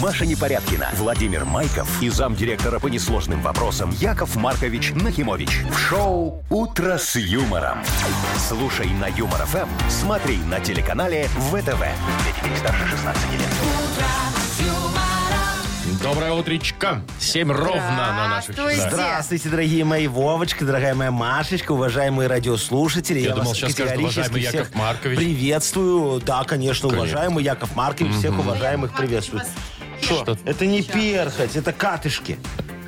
Маша Непорядкина, Владимир Майков и замдиректора по несложным вопросам Яков Маркович Нахимович. В шоу «Утро с юмором». Слушай на Юмор ФМ, смотри на телеканале ВТВ. Для детей старше 16 лет. Доброе утречко. Семь ровно на наших Здравствуйте. часах. Здравствуйте, дорогие мои Вовочка, дорогая моя Машечка, уважаемые радиослушатели. Я думал, сейчас скажут, категорически уважаемый всех Яков Маркович. Приветствую. Да, конечно, уважаемый Яков Маркович, всех А, уважаемых приветствую. Что? Это не перхоть, это катышки.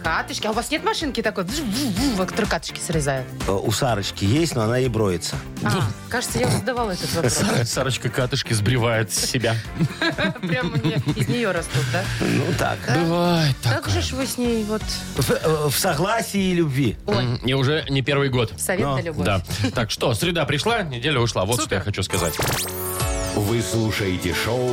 Катышки. А у вас нет машинки такой, вз- вз- вз, которая катышки срезает? Э, У Сарочки есть, но она и броется. А, кажется, я уже задавала этот вопрос. Сарочка катышки сбривает с себя. Прям мне из нее растут, да? Ну так. Бывает Как же ж вы с ней вот... В, э, в согласии и любви. Ну, Ой, И уже не первый год. совет на любовь. Да. Так что, среда пришла, неделя ушла. Вот что я хочу сказать. Вы слушаете шоу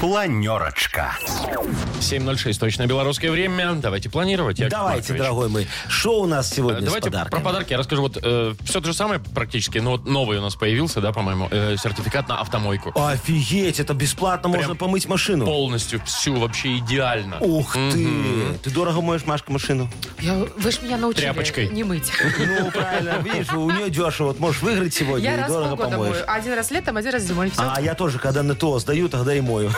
Планерочка. 7.06, точно белорусское время. Давайте планировать, Яков Давайте, Маркович. Э, дорогой мой, что у нас сегодня с Давайте подарками? про подарки я расскажу. Вот все то же самое практически, но вот новый у нас появился, да, по-моему, э, сертификат на автомойку. Офигеть, это бесплатно можно помыть машину. Полностью, всю, вообще идеально. Ух ты! Ты дорого моешь, Машка, машину? Я- Вы ж меня научили Тряпочкой. не мыть. Ну, правильно, видишь, у нее дешево. Вот можешь выиграть сегодня Я и раз в дорого полгода помоешь. мою. Один раз летом, один раз зимой. Все. А я тоже, когда на ТО сдаю, тогда и мою.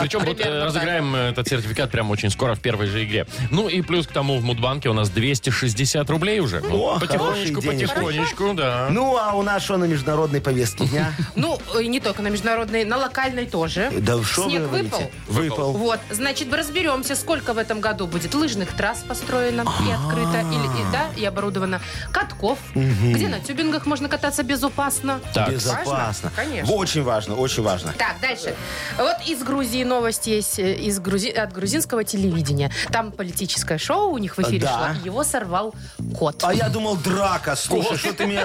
Причем вот э, Примерно так. разыграем э, этот сертификат прямо очень скоро в первой же игре. Ну и плюс к тому в Мудбанке у нас 260 рублей уже. Вот О, потихонечку, хорошие денежки. потихонечку, да. Ну, а у нас что на международной повестке дня? Ну, и не только на международной, на локальной тоже. Да что вы Снег выпал? говорите? Выпал. Вот, значит, разберемся, сколько в этом году будет лыжных трасс построено и открыто, или, и, да, и оборудовано, катков, где на тюбингах можно кататься безопасно. Так. Безопасно. Важно? Конечно. Очень важно, очень важно. Так, дальше. Вот из Грузии новость есть э, из Грузи... от грузинского телевидения. Там политическое шоу у них в эфире Да. шло. Его сорвал кот. А я думал, драка. Слушай, что ты меня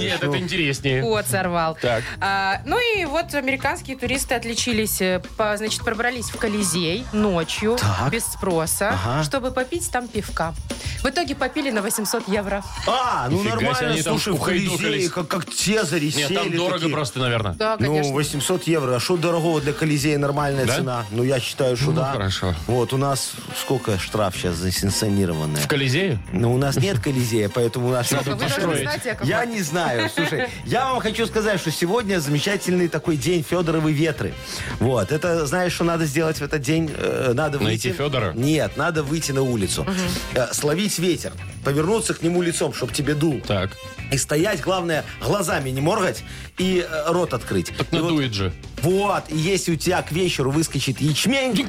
Нет, Ну, это интереснее. Кот сорвал. Так. А, ну и вот американские туристы отличились, э, по- значит, пробрались в Колизей ночью, Так. без спроса, Ага. чтобы попить там пивка. В итоге попили на 800 евро. А, ну Нифига себе, нормально, они там слушай, в ухайдукались. Колизее, как, как Цезарь Нет, сели там дорого такие. просто, наверное. Да, Ну, конечно. 800 евро. А что дорогого для Колизея нормальная Да? цена? Ну, я считаю, что Ну, да. хорошо. Вот, у нас сколько штраф сейчас за санкционированное? В Колизее? Ну, у нас нет Колизея, поэтому у нас... Надо а Вы должны построить. знать, Яков Я Маркович. не знаю. Слушай, я вам хочу сказать, что сегодня замечательный такой день Федоровы ветры. Вот. Это, знаешь, что надо сделать в этот день? Э, Надо Найти выйти- Федора? Нет, надо выйти на улицу. Э, Словить ветер. Повернуться к нему лицом, чтобы тебе дул. Так. И стоять, главное, глазами не моргать и э, рот открыть. Так И вот надует же. вот, и если у тебя к вечеру выскочит ячмень,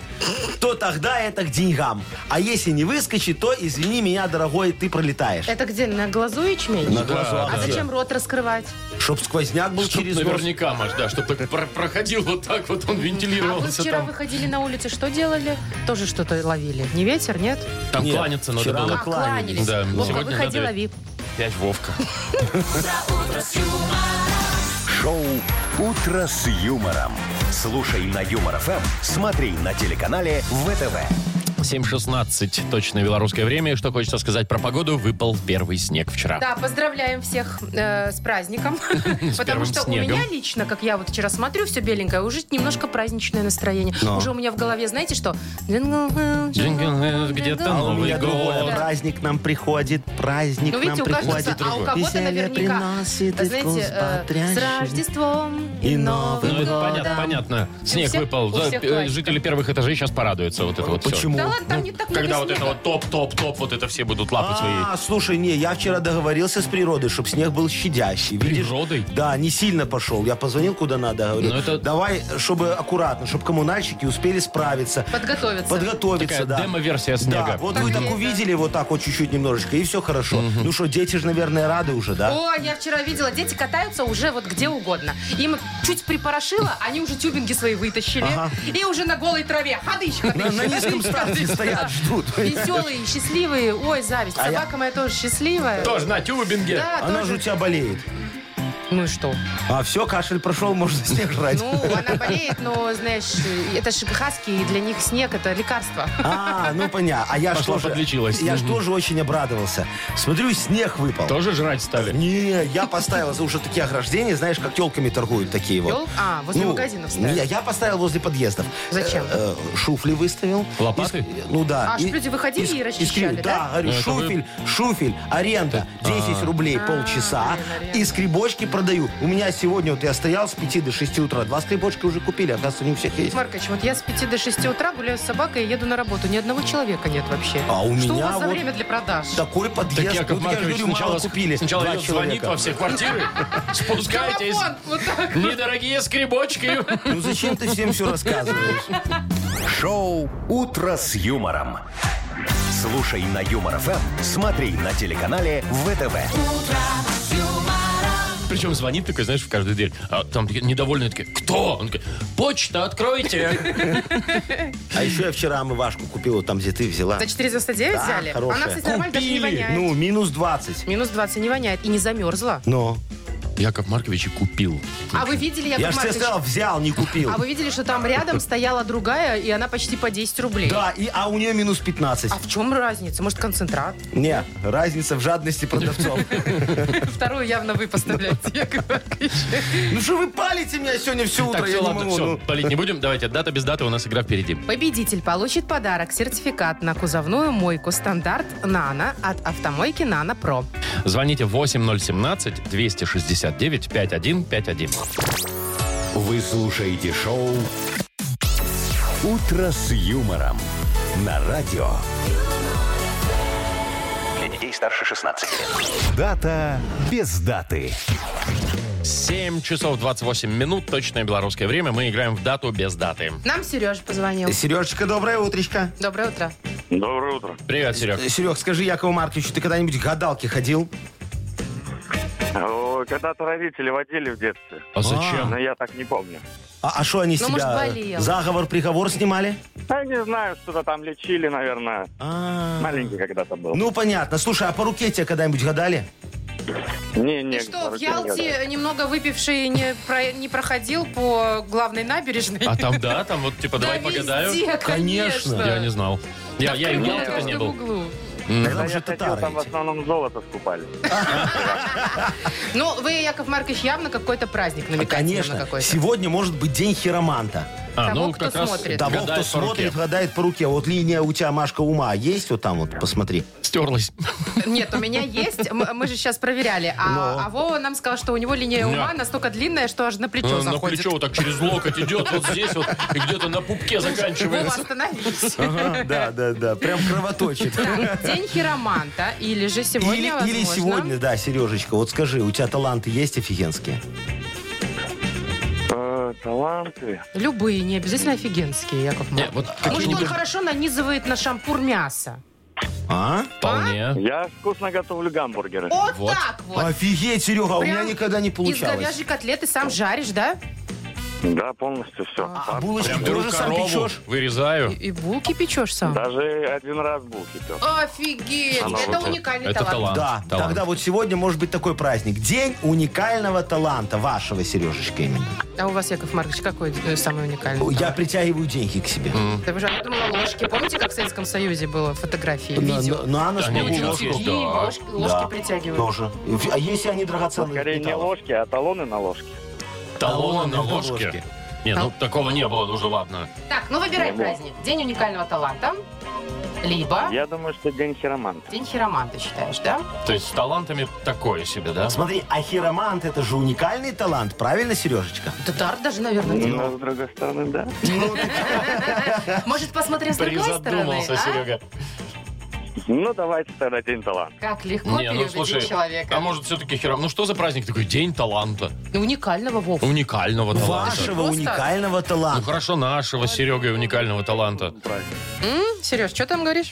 то тогда это к деньгам. А если не выскочит, то, извини меня, дорогой, ты пролетаешь. Это где, на глазу ячмень? На глазу Да, А открыл. зачем рот раскрывать? Чтоб сквозняк был Чтоб через нос. наверняка, Маш, да, чтобы проходил вот так вот, он А вы вентилировался вчера там. выходили на улицу, что делали? Тоже что-то ловили. Не ветер, нет? Там Нет, кланяться надо вчера было. мы кланялись. Ну, Да, А, Вовка, сегодня выходи, надо- лови. Опять Вовка. Шоу «Утро с юмором». Слушай на Юмор ФМ, смотри на телеканале ВТВ. 7.16, точно белорусское время. И Что хочется сказать про погоду, выпал первый снег вчера. Да, поздравляем всех э, с праздником. Потому первым что у снегом. меня лично, как я вот вчера смотрю, все беленькое, уже немножко праздничное настроение. Но. Уже у меня в голове, знаете что? Jingle bells, где-то А у Новый меня год. другое. Праздник нам приходит, праздник Ну, видите, нам у каждого, приходит. а у кого-то Веселье наверняка, приносит и вкус знаете, э, с бодрящий. Рождеством и И Новым Новым Ну, это годом. понятно, понятно. У Снег всех- выпал. у Да, всех э, классика. жители первых этажей сейчас порадуются вот это вот всё. Почему? Ну, Да ладно, там не так много Когда вот снега. это вот топ-топ-топ, вот это все будут лапать свои. А, слушай, не, я вчера договорился с природой, чтобы снег был щадящий. Видишь? Природой? Да, не сильно пошел. Я позвонил куда надо, говорю, Но это- давай, чтобы аккуратно, чтобы коммунальщики успели справиться, Подготовиться. подготовиться, Такая да. демо-версия Да, снега. вот вы так увидели вот так вот чуть-чуть немножечко, и все хорошо. Ну что, дети же, наверное, рады уже, да? О, я вчера видела, дети катаются уже вот где угодно. Им чуть припорошило, они уже тюбинги свои вытащили. И уже на голой траве. Ходыщ, На, ходыщ. на низком старте стоят, ждут. Веселые, счастливые. Ой, зависть. А я- Собака моя тоже счастливая. Тоже на тюбинге. Да, Она же у тоже. тебя болеет. Ну и что? А все, кашель прошел, можно снег жрать. Ну, она болеет, но, знаешь, это же хаски, и для них снег – это лекарство. А, ну понятно. А я Пошла что же- подлечилась. Я Мгм. же тоже очень обрадовался. Смотрю, снег выпал. Тоже жрать стали? Не, я поставил за уже такие ограждения, знаешь, как телками торгуют такие вот. Ну, Ёл- а, возле магазинов ставят. не, я поставил возле подъездов. Зачем? Э, э, шуфли выставил. Лопаты? Иск- ну да. А, чтоб люди выходили и расчищали, скреб- да? А. Да, говорю, Ну, это вы- шуфель, шуфель, аренда, 10 рублей полчаса. блин, аренда. И скребочки продаю. У меня сегодня, вот я стоял с 5 до 6 утра, два скребочки уже купили, оказывается, не у всех есть. Маркович, вот я с 5 до 6 утра гуляю с собакой и еду на работу. Ни одного человека нет вообще. А у Что у меня вас за вот время для продаж? Такой подъезд. Так Яков Ну, я же Маркович говорю, мало сначала, купили. сначала Два идет, звонит человека. во все квартиры, спускайтесь, Телефон, вот так. недорогие скребочки. Ну зачем ты всем все рассказываешь? Шоу «Утро с юмором». Слушай на Юмор ФМ, смотри на телеканале ВТВ. Причем звонит такой, знаешь, в каждую дверь. А там такие недовольные такие, кто? Он такой, почта откройте. А еще я вчера омывашку купил, вот там, где ты взяла. За 499 Да, взяли? А хорошая. Она, кстати, нормально даже не Купили. воняет. Ну, минус 20. Минус 20 не воняет. И не замерзла. Но. Яков Маркович и купил. А вы видели, Я же Яков тебе Маркович? сказал, взял, не купил. А вы видели, что там рядом стояла другая, и она почти по 10 рублей? Да, и, а у нее минус 15. А в чем разница? Может, концентрат? Не, разница в жадности продавцов. Вторую явно вы поставляете, Яков Маркович. Ну что вы палите меня сегодня все утро? Так, все, я не ладно, могу, все, ну. болеть не будем. Давайте, дата без даты, у нас игра впереди. Победитель получит подарок сертификат на кузовную мойку стандарт «Нано» от автомойки «Нано Про». Звоните 8017-269-5151. Вы слушаете шоу «Утро с юмором» на радио. Для детей старше 16 лет. Дата без даты. 7 часов 28 минут, точное белорусское время. Мы играем в дату без даты. Нам Сережа Э, ну. позвонил. Сережечка, доброе утречко. Доброе утро. Доброе утро. Привет, Серег. Э, Серег, скажи, Якову Марковичу, ты когда-нибудь к гадалке ходил? О, Когда-то родители водили в детстве, А зачем? но я так не помню. А что они с Ну, тебя? может, болел. Заговор, приговор снимали? Я не знаю, что-то там лечили, наверное. А. Маленький когда-то был. Ну, понятно. Слушай, а по руке тебя когда-нибудь гадали? не, не, Ты что, в руке не гадаю. Ялте немного выпивший не, про- не проходил по главной набережной? А там, да, там вот типа давай Да погадаю. везде, конечно. Я не знал. Я, я и в Крыму, на Ялте-то не каждом был. углу. Тогда Да, уже я хотел, татары там в эти. основном золото скупали. Ну, вы, Яков Маркович, явно какой-то праздник А, намекаете. на Конечно, какой-то. сегодня может быть день хироманта. А, Того, ну кто как раз смотрит. Того, кто гадает по руке. смотрит, гадает по руке. Вот линия у тебя, Машка, ума есть вот там вот, посмотри. Стерлась. Нет, у меня есть, м- мы же сейчас проверяли. А, а Вова нам сказал, что у него линия Да. Ну, ума настолько длинная, что аж на плечо на заходит. плечо вот так через локоть идет, вот здесь вот, и где-то на пупке Вова, заканчивается. остановись. Ага, Да, да, да, прям кровоточит. День хироманта, или же Или, сегодня, или возможно. сегодня, да, Сережечка, вот скажи, у тебя таланты есть офигенские? Э, Таланты. Любые, не обязательно офигенские, Яков Не, Маркович. вот Может, он какие-нибудь- хорошо нанизывает на шампур мясо? А? Вполне. Я вкусно готовлю гамбургеры. Вот, Вот. так вот. Офигеть, Серега, а у меня Прям никогда не Из получалось. говяжьей котлеты сам жаришь, да? Да, полностью все. А булочки Прям тоже беру сам корову, печешь? И, вырезаю. и булки печешь сам? Даже один раз булки пек. Офигеть! Она это вот- уникальный это талант. талант. Да, Талант. тогда вот сегодня может быть такой праздник. День уникального таланта вашего, Сережечка, именно. А у вас, Яков Маркович, какой э, самый уникальный? Ну, Я талант? притягиваю деньги к себе. Да вы же, а я думала, ложки. Помните, как в Советском Союзе было фотографии, Но- видео? Но но она Да, ж не могу училась ложку есть. И да. ложки, ложки Да. притягивают. тоже. А если они драгоценные? Скорее не металлы? ложки, а талоны на ложки. Талоны на Талоны на ложке. ложке. Не, ну такого не было, ну уже ладно. Так, ну выбирай праздник. День уникального таланта, либо Я думаю, что день хироманта. день хироманта, считаешь, да? То есть с талантами такое себе, да? Смотри, а хиромант это же уникальный талант, правильно, Сережечка? Да дар даже, наверное, делал. Но с другой стороны, да. Может, посмотрим с другой стороны, Призадумался, а? Серега. Ну, давайте тогда день таланта. Как легко Не, ну переубедить слушай, человека. Ну, а может все-таки херам? Ну что за праздник такой? День таланта. Уникального, Вов. Уникального таланта. Вашего Просто- уникального Ну таланта. хорошо, нашего, Серега, уникального таланта. Праздник. Сереж, что там говоришь?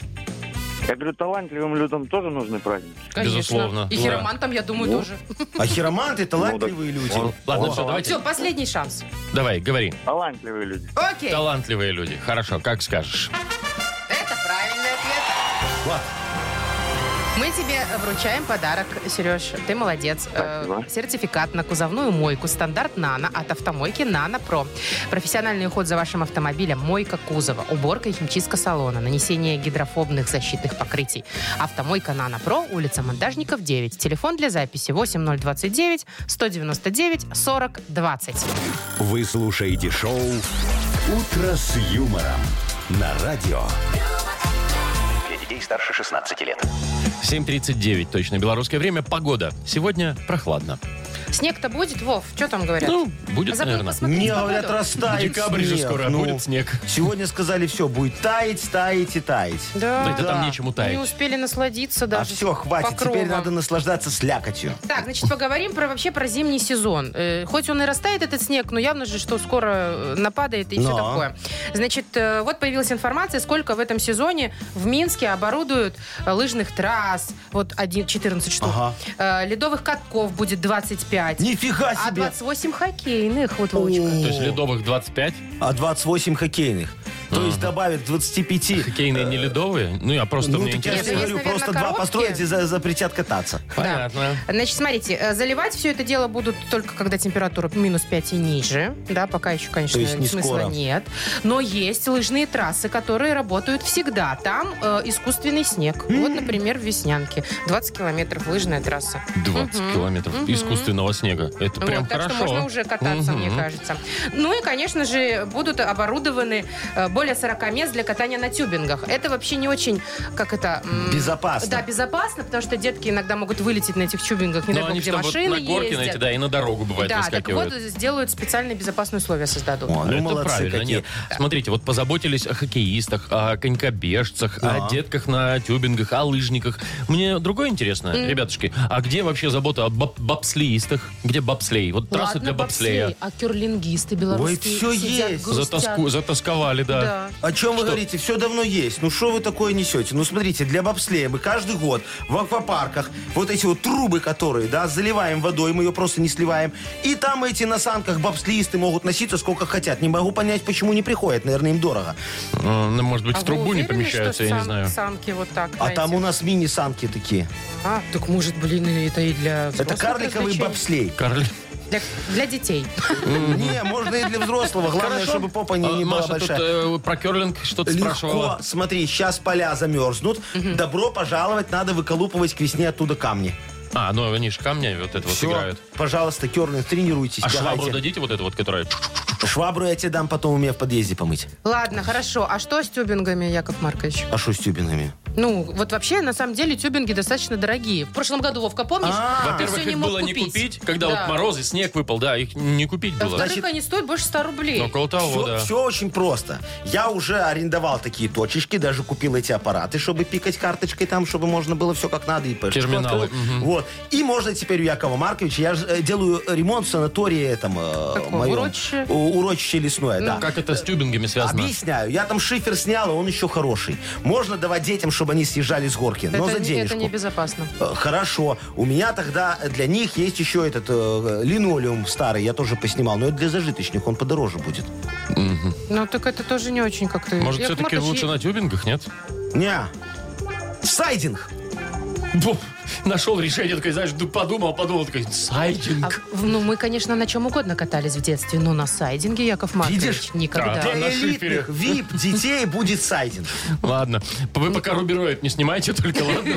Я говорю, талантливым людям тоже нужны праздники. Безусловно. И Да. хиромантам, я думаю, тоже. Ну, А хироманты талантливые люди. Ладно, все, Все, давайте. последний шанс. Давай, говори. Талантливые люди. Окей, Талантливые люди. Хорошо, как скажешь. это правильный ответ. Вот. Мы тебе вручаем подарок, Сереж. Ты молодец. Э, Спасибо. Сертификат на кузовную мойку. Стандарт «Нано» от автомойки «Нано Про». Профессиональный уход за вашим автомобилем. Мойка кузова, уборка и химчистка салона, нанесение гидрофобных защитных покрытий. Автомойка «Нано Про», улица Монтажников, 9. Телефон для записи 8029 199 40 20. Вы слушаете шоу «Утро с юмором» на радио. Для детей старше 16 лет. 7.39 точно. Белорусское время. Погода. Сегодня прохладно. Снег-то будет, Вов? Что там говорят? Ну, будет, Забыл наверное. посмотреть Не, погоду? говорят, В растает декабре же снег. скоро Ну, будет снег. Сегодня сказали, все, будет таять, таять и таять. Да Да. это там нечему Не таять. успели насладиться А даже. все, хватит, теперь покровом. надо наслаждаться слякотью. Так, значит, поговорим про вообще про зимний сезон. Э, хоть он и растает, этот снег, но явно же, что скоро э, нападает и все Да. такое. Значит, э, вот появилась информация, сколько в этом сезоне в Минске оборудуют э, лыжных трасс. Вот один, 14 штук. Ага. Э, ледовых катков будет 25. Нифига а себе! 28 хоккейных, вот, О, Вовочка. То есть ледовых 25, А 28 хоккейных. То есть добавят 25. хоккейные не ледовые. Ну, я просто Ну, мне так я Нет, интересно. же ну, говорю, есть, просто наверное, два коробки. построить и за- запретят кататься. Понятно. Значит, смотрите, э, заливать все это дело будут только когда температура минус 5 и ниже. Да, пока еще, конечно, То есть не смысла скоро. нет. Но есть лыжные трассы, которые работают всегда. Там э, искусственный снег. Вот, например, в Веснянке. 20 километров лыжная трасса. 20 Мгм. километров Мгм. искусственного снега. Это Вот, прям так хорошо. что можно уже кататься, мне Мгм. кажется. Ну и, конечно же, будут оборудованы э, более 40 мест для катания на тюбингах. Это вообще не очень, как это... м, Безопасно. Да, безопасно, потому что детки иногда могут вылететь на этих тюбингах, Ну, не дай бог, они где там вот машины на горке ездят. на эти, да, и на дорогу бывает Да, так вот, э, выскакивают. сделают специальные безопасные условия, создадут. О, ну Это молодцы правильно, какие. нет. Смотрите, вот позаботились о хоккеистах, о конькобежцах, о детках на тюбингах, о лыжниках. Мне другое интересно, ребятушки, а где вообще забота о боб- бобслеистах? Где бобслей? Вот трассы Ладно, для бобслея. бобслей, А кюрлингисты белорусские Ой, всё сидят, есть. грустят. Затаску- Затасковали, да. Да. О чем вы Что? говорите? Все давно есть. Ну что вы такое несете? Ну смотрите, для бобслея мы каждый год в аквапарках вот эти вот трубы, которые, да, заливаем водой, мы ее просто не сливаем. И там эти на санках бобслеисты могут носиться сколько хотят. Не могу понять, почему не приходят. Наверное, им дорого. Э, ну, Может быть, А в вы трубу не уверены, помещаются, что я не сан- знаю. Самки вот так. А знаете? там у нас мини-санки такие. А, так может, блин, и это и для Это взрослых карликовый развлечений. бобслей. Карли- Для, для детей. Не, можно и для взрослого. Главное, Хорошо. чтобы попа не А, не была Маша тут большая. э, про керлинг что-то Легко, спрашивала. смотри, сейчас поля замерзнут. Добро пожаловать, надо выколупывать к весне оттуда камни. А, ну они же камнями вот это вот Всё, играют. пожалуйста, керлинг, тренируйтесь. А швабру бегайте. дадите вот эту вот, которая... Швабру я тебе дам потом у меня в подъезде помыть. Ладно, хорошо. А что с тюбингами, Яков Маркович? А что с тюбинами? Ну, вот вообще, на самом деле, тюбинги достаточно дорогие. В прошлом году, Вовка, помнишь? А, Ты Во-первых, всё их мог было не купить, когда Да. вот морозы, снег выпал, да, их не купить было. Во-вторых, Значит, они стоят больше 100 рублей. Ну, около того, Все, да. очень просто. Я уже арендовал такие точечки, даже купил эти аппараты, чтобы пикать карточкой там, чтобы можно было все как надо. И пешку Терминалы, открыл. Вот. И можно теперь у Якова Марковича, я же э, делаю ремонт в санатории этом э, Каком? моем. Урочище? Ну, У- урочище лесное, да. Ну, Как это с тюбингами связано? Объясняю, я там шифер снял, и он еще хороший. Можно давать детям, чтобы они съезжали с горки, но за это, не- это денежку. небезопасно. Э, Хорошо. У меня тогда для них есть еще этот э, линолеум старый, я тоже поснимал, но это для зажиточных, он подороже будет. Ну, так это тоже не очень как-то... Может, Яков все-таки Маркович, лучше на тюбингах, нет? Не. Сайдинг. Бу, Нашел решение, такой, знаешь, ду- подумал, подумал, такой, А, сайдинг. в- ну, мы, конечно, на чем угодно катались в детстве, но на сайдинге, Яков Маркович, Видишь? никогда. Да. А на Для элитных шифере. вип детей будет сайдинг. Ладно, вы пока рубероид не снимайте только, ладно?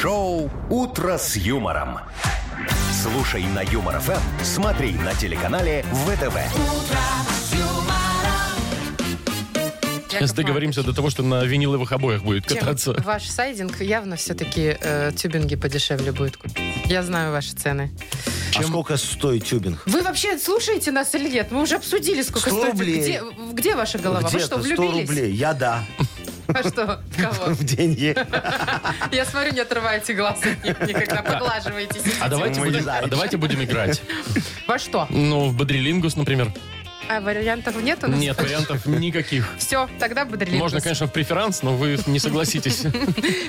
Шоу «Утро с юмором». Слушай на Юмор ФМ, смотри на телеканале ВТВ. Яков Сейчас договоримся до того, что на виниловых обоях будет Чем кататься. Ваш сайдинг явно все-таки тюбинги подешевле будет купить. Я знаю ваши цены. А сколько стоит тюбинг? Вы вообще слушаете нас или нет? Мы уже обсудили, сколько 100 стоит. рублей. Где, где ваша голова? Вы что, Где-то 100 влюбились? рублей. Я да. А что? В Кого? В деньги. Я смотрю, не отрываете глаз от них никогда, поглаживаетесь. А давайте, мой будем, зайчик. а давайте будем играть. Во что? Ну, в бодрилингус, например. А вариантов нет у нас? Нет вариантов никаких. Все, тогда бодрелингус. Можно, конечно, в преферанс, но вы не согласитесь.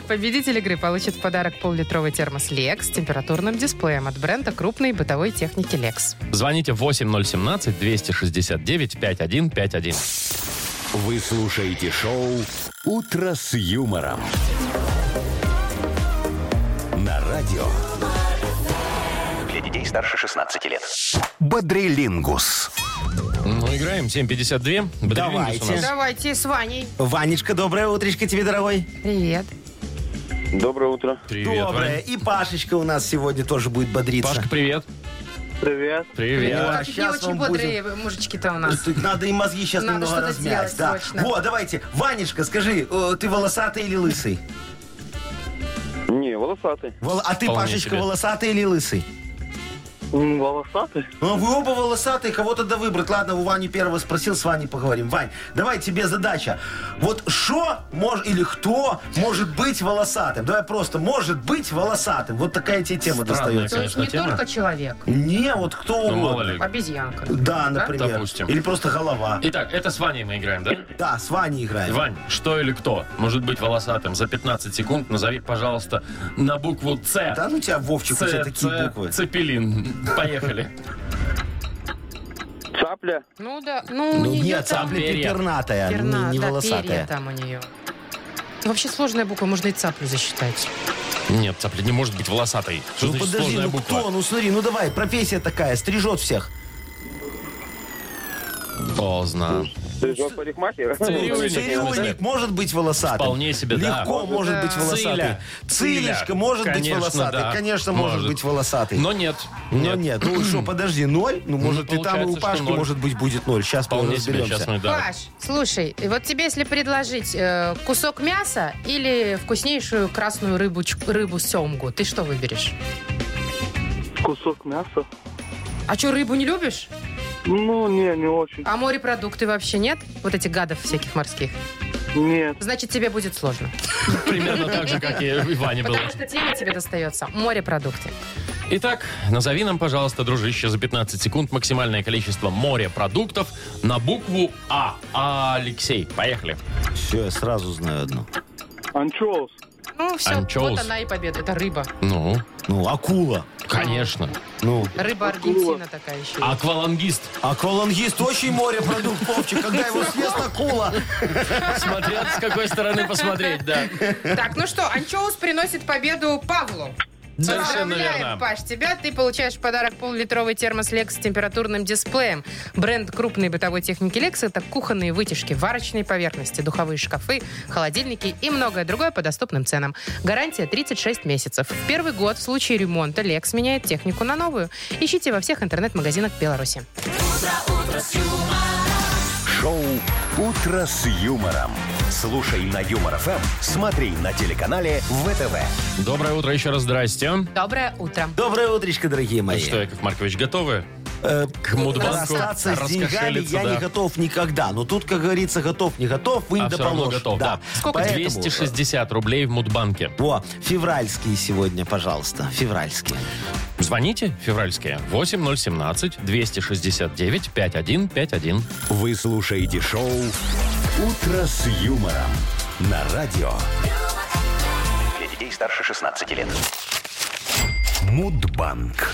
Победитель игры получит в подарок пол-литровый термос Lex с температурным дисплеем от бренда крупной бытовой техники Lex. Звоните 8017-269-5151. Вы слушаете шоу «Утро с юмором» радио. Для детей старше 16 лет. Бодрилингус. Ну, играем. 7.52. Бодрилингус Давайте. у нас. Давайте с Ваней. Ванечка, доброе утречко тебе, дорогой. Привет. Доброе утро. Привет, доброе. Вань. И Пашечка у нас сегодня тоже будет бодриться. Пашка, привет. Привет. Привет. О, Ну, Как не А щас очень вам бодрые мужички-то у Ну, нас. тут Надо и мозги сейчас Надо немного что-то размять. делать да. срочно. Во, давайте. Ванечка, скажи, э, ты волосатый или лысый? Не, волосатый. Вол- А ты, Вполне Пашечка, себе. волосатый или лысый? М, Волосатый? Ну, вы оба волосатые, кого-то да выбрать. Ладно, у Вани первого спросил, с Ваней поговорим. Вань, давай тебе задача. Вот что может или кто может быть волосатым? Давай просто может быть волосатым. Вот такая тебе тема Странная, достается. То есть не Конечно, тема. только человек, Не, вот кто Ну, мало угодно. ли. обезьянка. Да, например. Допустим. Или просто голова. Итак, это с Ваней мы играем, да? Да, с Ваней играем. Вань, что или кто может быть волосатым? За 15 секунд назови, пожалуйста, на букву «Ц». Да ну тебя, Вовчик, у тебя такие буквы. Цепелин. Поехали. Цапля? Ну да, ну, у Ну, нее нет, там цапля перья. пепернатая, не- не, перна, да, перья волосатая. там у нее. Вообще сложная буква, можно и цаплю засчитать. Нет, цапля не может быть волосатой. Что Ну значит подожди, сложная ну буква? кто? Ну смотри, ну давай, профессия такая, стрижет всех. Поздно. Стрижок парикмахера? Цирюльник. Цирюльник может быть волосатым. Вполне себе, да. Легко может Да. быть волосатый. Циля. Цилечка Циля. может быть Конечно, волосатый. да. Конечно, может. Может. быть волосатый. Но нет. Но нет. Ну что, подожди, ноль? Ну, может, и там и у получается, что Пашки, ноль. может быть, будет ноль. Сейчас мы Вполне себе, разберемся. сейчас мы, да. Паш, слушай, и вот тебе если предложить э, кусок мяса или вкуснейшую красную рыбу, рыбу семгу, ты что выберешь? Кусок мяса? А что, рыбу не любишь? Ну, не, не очень. А морепродукты вообще нет? Вот этих гадов всяких морских. Нет. Значит, тебе будет сложно. Примерно так же, как и у Вани было. Потому что тема тебе достается. Морепродукты. Итак, назови нам, пожалуйста, дружище, за 15 секунд максимальное количество морепродуктов на букву А. Алексей, поехали. Все, я сразу знаю одну. Анчоус? Ну, все, Анчоус. вот она и победа. Это рыба. Ну, Ну, акула. конечно. Ну, Рыба Аргентина такая еще. Аквалангист. аквалангист очень морепродукт, Вовчик. Когда его съест акула, Смотря с какой стороны посмотреть, да. Так, ну что, анчоус приносит победу Павлу. Совершенно Поздравляем, верно. Паш, тебя. Ты получаешь в подарок полулитровый термос Lex с температурным дисплеем. Бренд крупной бытовой техники Lex – это кухонные вытяжки, варочные поверхности, духовые шкафы, холодильники и многое другое по доступным ценам. Гарантия 36 месяцев. В первый год в случае ремонта Lex меняет технику на новую. Ищите во всех интернет-магазинах Беларуси. Шоу «Утро с юмором». Слушай на Юмор ФМ, смотри на телеканале ВТВ. Доброе утро еще раз, здрасте. Доброе утро. доброе утречко, дорогие мои. Ну что, Яков Маркович, готовы? Э, К Мудбанку расстаться с деньгами раскошелиться, я да. не готов никогда. Но тут, как говорится, готов, не готов, вы А да все равно положь. готов, да. Сколько? Поэтому, 260 рублей в Мудбанке. э, Во, февральские сегодня, пожалуйста. Февральские. Звоните, февральские, 8017-269-5151. Вы слушаете шоу «Утро с юмором» на радио Для детей старше 16 лет. Мудбанк.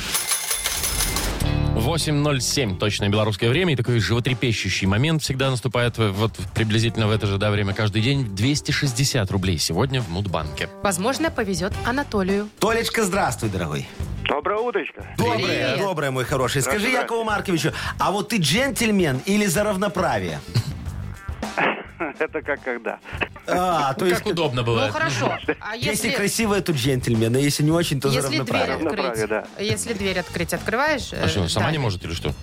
8.07, точное белорусское время, и такой животрепещущий момент всегда наступает в- вот приблизительно в это же да, время каждый день. 260 рублей сегодня в Мудбанке. Возможно, повезет Анатолию. Толечка, здравствуй, дорогой. Доброе утречко. Доброе, Привет. доброе, мой хороший. Скажи Здравствуйте. Якову Марковичу, а вот ты джентльмен или за равноправие? Это как когда? А, то есть, Как удобно Ну, бывает. хорошо. А если если... красивая, то джентльмен, а если не очень, то за Если дверь равноправие. открыть, Равноправие, да. если дверь открыть, открываешь? э, А что, сама да. не может или что?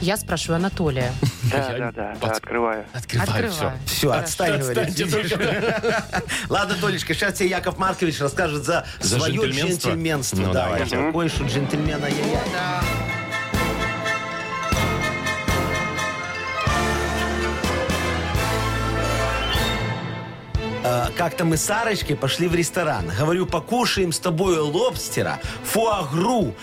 Я спрошу Анатолия. Да, Я да, да, да, подск- открываю. Открывай все. Открываю. Все, отстань, говорит. Отстаньте только. Ладно, Толечка, сейчас тебе Яков Маркович расскажет за, За свое джентльменство? джентльменство. Ну, да, давайте. Яков. Ой, что джентльмена я. Да. Э, Как-то мы с Сарочкой пошли в ресторан. Говорю, покушаем с тобой лобстера, фуагру,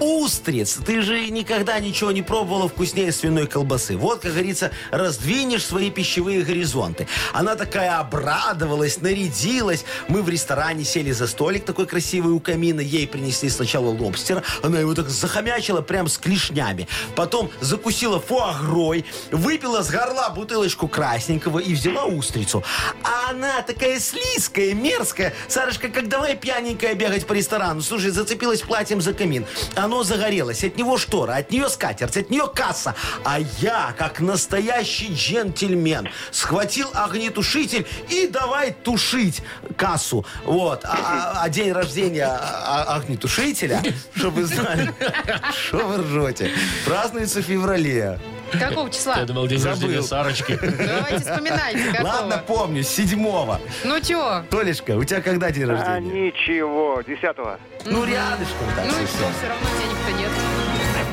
устриц. Ты же никогда ничего не пробовала вкуснее свиной колбасы. Вот, как говорится, раздвинешь свои пищевые горизонты. Она такая обрадовалась, нарядилась. Мы в ресторане сели за столик такой красивый у камина. Ей принесли сначала лобстера. Она его так захомячила прям с клешнями. Потом закусила фуагрой, выпила с горла бутылочку красненького и взяла устрицу. А она такая такая слизкая, мерзкая. Сарочка, как давай пьяненькая бегать по ресторану. Слушай, зацепилась платьем за камин. Оно загорелось. От него штора, от нее скатерть, от нее касса. А я, как настоящий джентльмен, схватил огнетушитель и давай тушить кассу. Вот. А, а- а день рождения а- а- огнетушителя, чтобы знали, что вы ржете, празднуется в феврале. Какого числа? Я думал, день Забыл. рождения Сарочки. Давайте вспоминайте, какого. Ладно, помню, седьмого. Ну чё? Толечка, у тебя когда день А, рождения? ничего, десятого. Ну, рядышком так Ну и что, совсем. все равно тебя никто нет.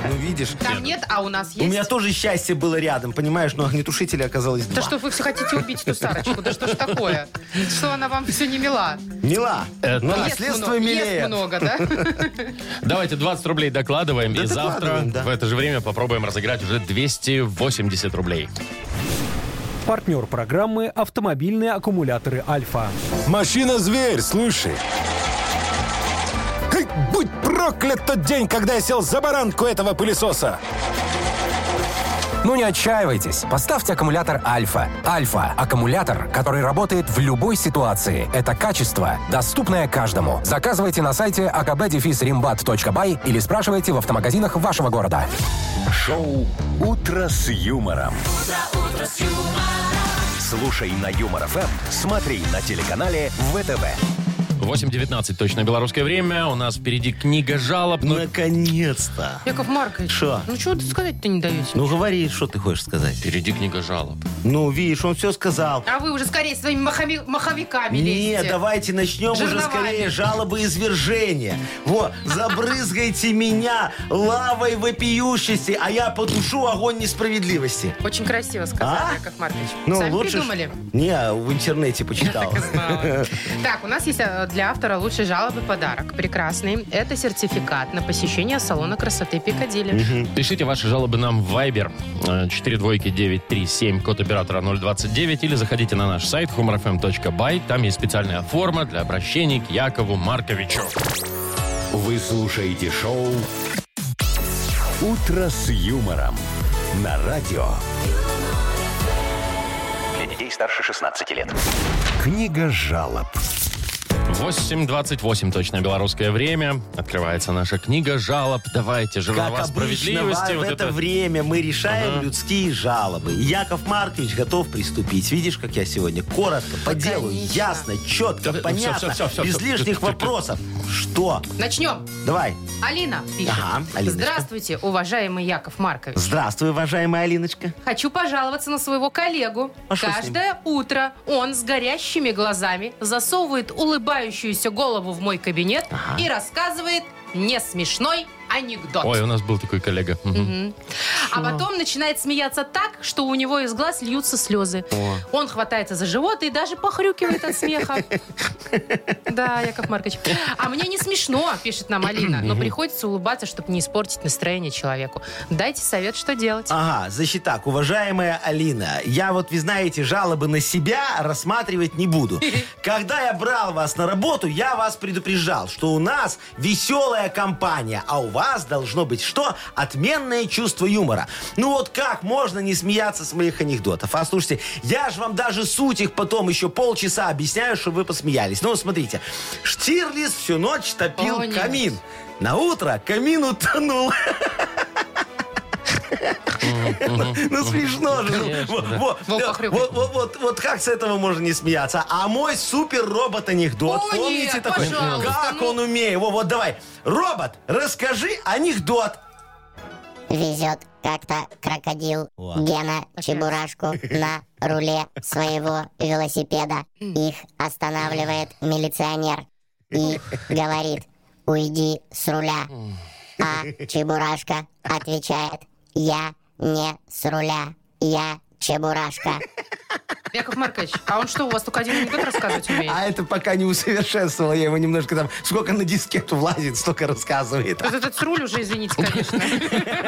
Ну, видишь. Там нет, а у нас есть. У меня тоже счастье было рядом, понимаешь, но огнетушителя оказалось Да два. что вы все хотите убить эту Сарочку? Да что ж такое? Что она вам все не мила? Мила, Это- но Ест наследство много, ест А, милее. много, да? Давайте 20 рублей докладываем. Да и завтра докладываем, да. в это же время попробуем разыграть уже 280 рублей. Партнер программы «Автомобильные аккумуляторы Альфа». Машина-зверь, слушай. Эй, будь проклят тот день, когда я сел за баранку этого пылесоса. Ну не отчаивайтесь. Поставьте аккумулятор Альфа. Альфа – аккумулятор, который работает в любой ситуации. Это качество, доступное каждому. Заказывайте на сайте akb-rimbat.by или спрашивайте в автомагазинах вашего города. Шоу «Утро с юмором». Слушай на Юмор ФМ, смотри на телеканале ВТВ. 8.19 точно белорусское время. У нас впереди книга жалоб. Ну, но Наконец-то. Яков Маркович, Шо? ну чего ты сказать-то не даете? Ну, говори, что ты хочешь сказать. Впереди книга жалоб. Ну, видишь, он все сказал. А вы уже скорее своими махами- маховиками лезете. Нет, давайте начнем уже Жерновами. скорее жалобы извержения. Вот, забрызгайте меня лавой вопиющести, а я потушу огонь несправедливости. Очень красиво сказали, А? Яков Маркович. Ну, Сами лучше ж- придумали. Не, в интернете почитал. Так и знала. Так, у нас есть э, для автора лучшей жалобы подарок. Прекрасный. Это сертификат на посещение салона красоты Пикадилли. Пишите ваши жалобы нам в Viber 4 двойки 937 код оператора 029 или заходите на наш сайт humorfm.by. Там есть специальная форма для обращений к Якову Марковичу. Вы слушаете шоу «Утро с юмором» на радио. Для детей старше 16 лет. Книга жалоб. 8.28 точно белорусское время. Открывается наша книга жалоб. Давайте, жернова Как обычно, справедливости. в Вот это это- время мы решаем людские жалобы. И Яков Маркович готов приступить. Видишь, как я сегодня коротко, по делу, Лаконично. ясно, четко, Да, ну, понятно, всё, всё, всё, без всё. лишних вопросов. Что? Начнем. Давай. Алина пишет. Ага, Алиночка. Здравствуйте, уважаемый Яков Маркович. Здравствуй, уважаемая Алиночка. Хочу пожаловаться на своего коллегу. А что с Каждое утро он с горящими глазами засовывает улыбающуюся голову в мой кабинет и рассказывает не смешной анекдот. Ой, у нас был такой коллега. Мгм. А потом начинает смеяться так, что у него из глаз льются слезы. Он хватается за живот и даже похрюкивает от смеха. Да, Яков Маркович. А мне не смешно, пишет нам Алина, но приходится улыбаться, чтобы не испортить настроение человеку. Дайте совет, что делать. Ага, значит так, уважаемая Алина, я вот, вы знаете, жалобы на себя рассматривать не буду. Когда я брал вас на работу, я вас предупреждал, что у нас веселая компания, а у вас должно быть что? Отменное чувство юмора. Ну вот как можно не смеяться с моих анекдотов? А слушайте, я же вам даже суть их потом еще полчаса объясняю, чтобы вы посмеялись. Ну вот смотрите, Штирлиц всю ночь топил О, нет. камин. На утро камин утонул. Ну смешно же. ну. Конечно, Вот, да. вот, Вов, э, похрюкай. вот, вот, вот, вот как с этого можно не смеяться? А мой супер робот анекдот. О, Помните нет, такой? пожалуйста, Как ну. он умеет? Во, Вот давай. Робот, расскажи анекдот. Везет как-то крокодил О. Гена Чебурашку на руле своего велосипеда. Их останавливает милиционер и говорит, уйди с руля. А Чебурашка отвечает, я не с руля, я Чебурашка. Яков Маркович, а он что, у вас только один анекдот рассказывать умеет? А это пока не усовершенствовал. Я его немножко там, сколько на дискету влазит, столько рассказывает. Вот этот с руль уже, извините, конечно.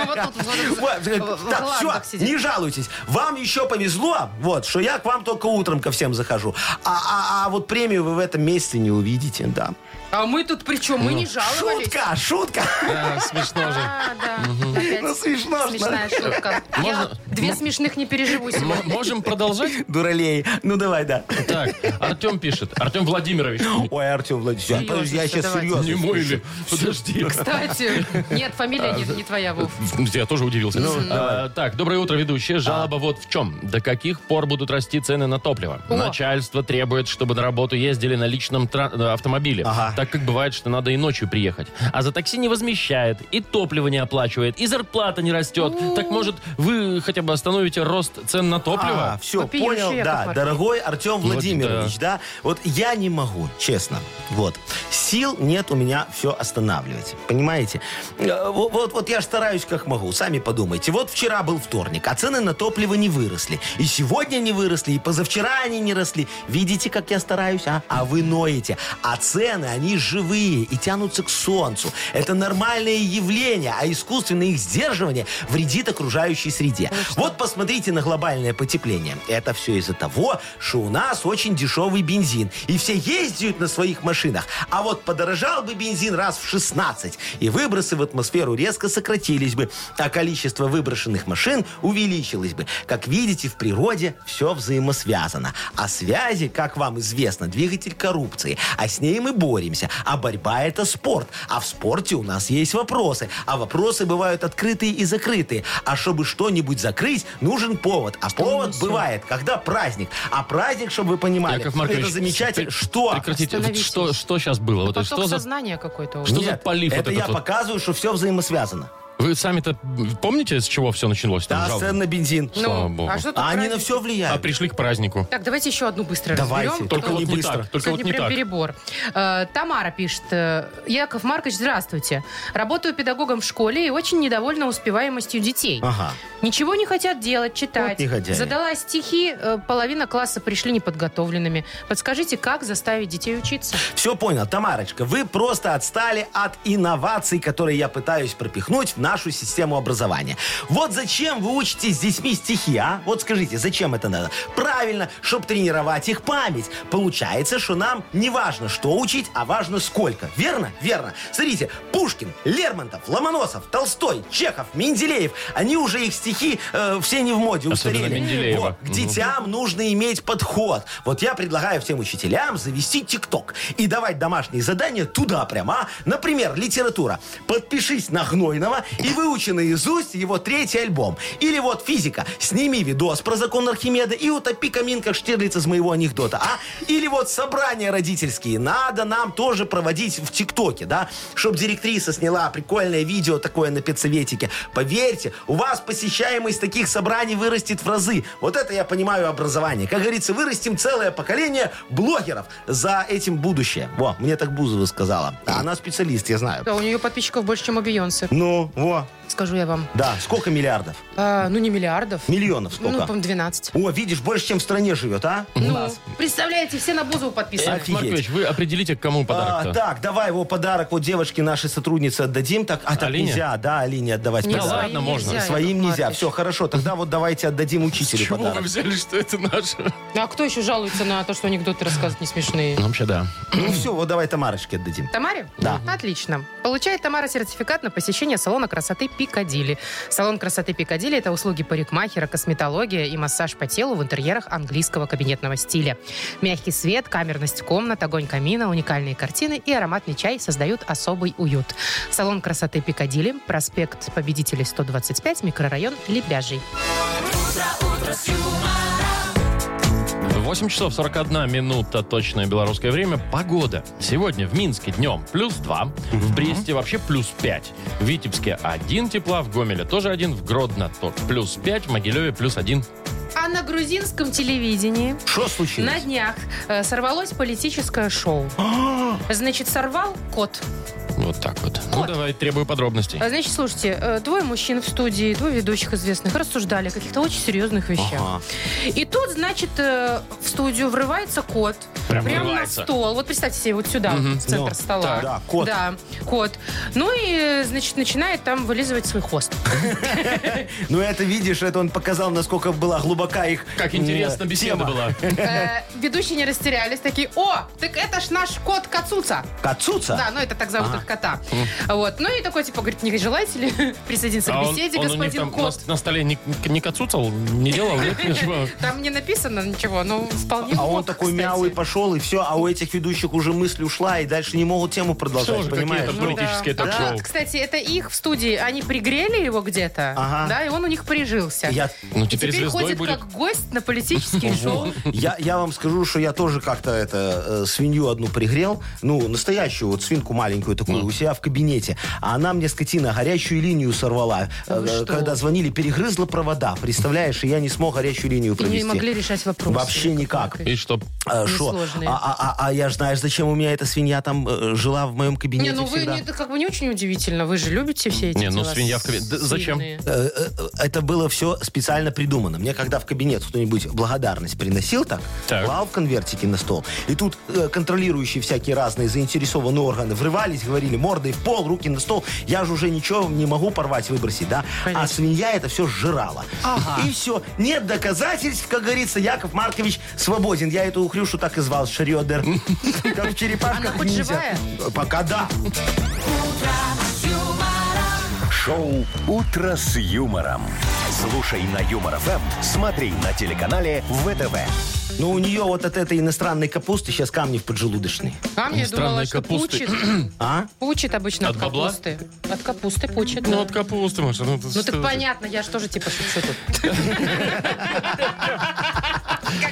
Вот тут вот Вот, э, в- в так, ландах все, сидит. не жалуйтесь. Вам еще повезло, вот, что я к вам только утром ко всем захожу. А, а- а вот премию вы в этом месяце не увидите, да. А мы тут при чем? Мы не жаловались. Шутка, шутка. Да, смешно же. А, да. Опять Ну, смешно, что- Смешная шутка. Я Можно- две смешных не переживу М- сегодня. можем продолжать? ролей. Ну давай, да. Так, Артем пишет. Артем Владимирович. Ой, Артем Владимирович, Серьезно, я сейчас давайте. серьезно. Не мой слушаю. ли? Подожди. Кстати, нет, фамилия А, не, не твоя, Вов. Я тоже удивился. Ну, А, так, доброе утро, ведущая. А. Жалоба вот в чем. До каких пор будут расти цены на топливо? О. Начальство требует, чтобы на работу ездили на личном тра- э, автомобиле. Ага. Так как бывает, что надо и ночью приехать. А за такси не возмещает, и топливо не оплачивает, и зарплата не растет. Ну. Так может, вы хотя бы остановите рост цен на А, топливо? все, Вопиющий понял, Яков да, Маркович. дорогой Артем Владимирович, да. вот я не могу, честно, вот, сил нет у меня все останавливать, понимаете? Э, Вот, вот, вот я стараюсь как могу, сами подумайте, вот вчера был вторник, а цены на топливо не выросли, и сегодня не выросли, и позавчера они не росли, видите, как я стараюсь, а? А вы ноете, а цены, они живые и тянутся к солнцу, это нормальное явление, а искусственное их сдерживание вредит окружающей среде. Вот посмотрите на глобальное потепление. Это все из-за того, что у нас очень дешевый бензин. И все ездят на своих машинах. А вот подорожал бы бензин раз в 16. И выбросы в атмосферу резко сократились бы. А количество выброшенных машин увеличилось бы. Как видите, в природе все взаимосвязано. А связи, как вам известно, двигатель коррупции. А с ней мы боремся. А борьба это спорт. А в спорте у нас есть вопросы. А вопросы бывают открытые и закрытые. А чтобы что-нибудь закрыть, нужен повод. А повод бывает, когда праздник. А праздник, чтобы вы понимали, Яков Маркович, А это замечательно. пр- Что? Прекратите. Вот Остановитесь. А Что, что сейчас было? Вот Поток что за... сознания какой-то. у Что вас. за полив вот это этот я вот? показываю, что все взаимосвязано. Вы сами-то помните, с чего все началось? Там Да, жалоба? цен на бензин. Слава Ну, богу. а что тут А они праздник? на все А влияют. пришли к празднику. Так, давайте еще одну быстро Давайте, разберем. Только Только вот не не быстро. так. Только вот Сегодня не прям так. перебор. Э, Тамара пишет. э, Яков Маркович, здравствуйте. Работаю педагогом в школе и очень недовольна успеваемостью детей. Ага. Ничего не хотят делать, читать. А. Вот негодяи. Задала стихи, э, половина класса пришли неподготовленными. Подскажите, как заставить детей учиться? Все понял, Тамарочка, вы просто отстали от инноваций, которые я пытаюсь пропихнуть в нашу систему образования. Вот зачем вы учите с детьми стихи, а? Вот скажите, зачем это надо? Правильно, чтобы тренировать их память. Получается, что нам не важно, что учить, а важно сколько. Верно? Верно. Смотрите, Пушкин, Лермонтов, Ломоносов, Толстой, Чехов, Менделеев, они уже их стихи э, все не в моде, Особенно устарели. Менделеева. Вот, к Мгм. детям там нужно иметь подход. Вот я предлагаю всем учителям завести ТикТок и давать домашние задания туда прямо. Например, литература. Подпишись на Гнойного и выучи наизусть его третий альбом. Или вот физика. Сними видос про закон Архимеда и утопи каминка Штирлица из моего анекдота. А? Или вот собрания родительские. Надо нам тоже проводить в ТикТоке, да? Чтоб директриса сняла прикольное видео такое на педсоветике. Поверьте, у вас посещаемость таких собраний вырастет в разы. Вот это я понимаю образование. Как говорится, вырастим целое поколение блогеров. За этим будущее. Во, мне так Бузова сказала. А Она специалист, я знаю. Да, А у нее подписчиков больше, чем у Бейонсе. Ну, во, Скажу я вам. да. Сколько миллиардов? А, ну, не миллиардов. Миллионов Ну, сколько? по-моему, 12. О, видишь, больше, чем в стране живет, а? Ну, представляете, все на Бузову подписаны. Яков Маркович, вы определите, к кому А, подарок-то. так, давай его подарок вот девочке нашей сотруднице отдадим. Так, а так Алине? нельзя, да, Алине отдавать Не, Да подарок. ладно, своим можно. нельзя, Своим Яков нельзя. Маркович. Все, хорошо, тогда вот давайте отдадим С учителю чего вы подарок. взяли, что это наше? А кто еще жалуется на то, что анекдоты рассказывают не смешные? Вообще, да. Ну все, вот давай Тамарочке отдадим. Тамаре? Да. Отлично. Получает Тамара сертификат на посещение салона красоты Пикадилли. Салон красоты Пикадилли – это услуги парикмахера, косметология и массаж по телу в интерьерах английского кабинетного стиля. Мягкий свет, камерность комнат, огонь камина, уникальные картины и ароматный чай создают особый уют. Салон красоты Пикадилли, проспект Победителей 125, микрорайон Лебяжий. 8 часов 41 минута точное белорусское время. Погода. Сегодня в Минске днем плюс 2, в Бресте вообще плюс 5, в Витебске 1 тепла, в Гомеле тоже 1, в Гродно то- плюс 5, в Могилеве плюс 1. А на грузинском телевидении Что случилось? На днях э, сорвалось политическое шоу. А! Значит, сорвал кот. Вот так вот. Ну, давай, требую подробностей. А, Значит, слушайте, э, двое мужчин в студии, двое ведущих известных, рассуждали о каких-то очень серьезных вещах. Ага. И тут, значит, э, в студию врывается кот. Прям прямо врывается. на стол. Вот представьте себе, вот сюда, Мгм. вот в центр Ну, стола. так, да, кот. Да, кот. Ну и, э, значит, начинает там вылизывать свой хвост. Ну это, видишь, это он показал, насколько была глубока их Как м, интересно беседа тема. была. Э, Ведущие не растерялись, такие, о, так это ж наш кот Кацуца. Кацуца? Да, ну это так зовут Ага. их руках кота. Вот. Ну и такой, типа, говорит, не желаете ли присоединиться А к он, беседе, он у них господин там кот? на, на столе не, не кацуцал, не делал? Нет, ничего? Там не написано ничего, но вполне А он мог, такой кстати. мяу и пошел, и все, а у этих ведущих уже мысль ушла, и дальше не могут тему Что продолжать, же, какие-то понимаешь? Ну да. политические А ток-шоу. вот, кстати, это их в студии. Они пригрели его где-то, Ага. да, и он у них прижился. Я, Ну, И теперь звездой ходит будет. как гость на политические шоу. я, я вам скажу, что я тоже как-то это э, свинью одну пригрел, ну, настоящую вот свинку маленькую такую у себя в кабинете, а она мне, скотина, горячую линию сорвала. Да вы Э, Ну что? Когда звонили, перегрызла провода, представляешь, и я не смог горячую линию И провести. не могли решать вопросы. Вообще Яков никак. Маркович. И что? А, шо? Несложные. А, а- а- а я ж знаешь, зачем у меня эта свинья там э, жила в моем кабинете Не, ну вы, всегда? не- это как бы не очень удивительно. Вы же любите все эти Не, ну дела свинья в кабинете. Да зачем? сильные. Э, э, Это было все специально придумано. Мне когда в кабинет кто-нибудь благодарность приносил, так, Так. клал в конвертике на стол. И тут э, контролирующие всякие разные заинтересованные органы врывались, говорили мордой в пол, руки на стол. Я же уже ничего не могу порвать, выбросить, да? Конечно. А свинья это все жрала. И все. Нет доказательств, как говорится, Яков Маркович свободен. Я эту хрюшу так и звал, Шредер. Как в черепашках Она хоть ниндзя. живая? Пока да. Шоу «Утро с юмором». Слушай на Юмор ФМ, смотри на телеканале ВТВ. Но у нее вот от этой иностранной капусты сейчас камни в поджелудочной. А мне думала, Странной что капусты. пучит. А? Пучит обычно От от, бабла? капусты. От капусты пучит. Ну, да. от капусты, Маша. Ну, Ну так понятно, я же тоже типа шучу тут. Как-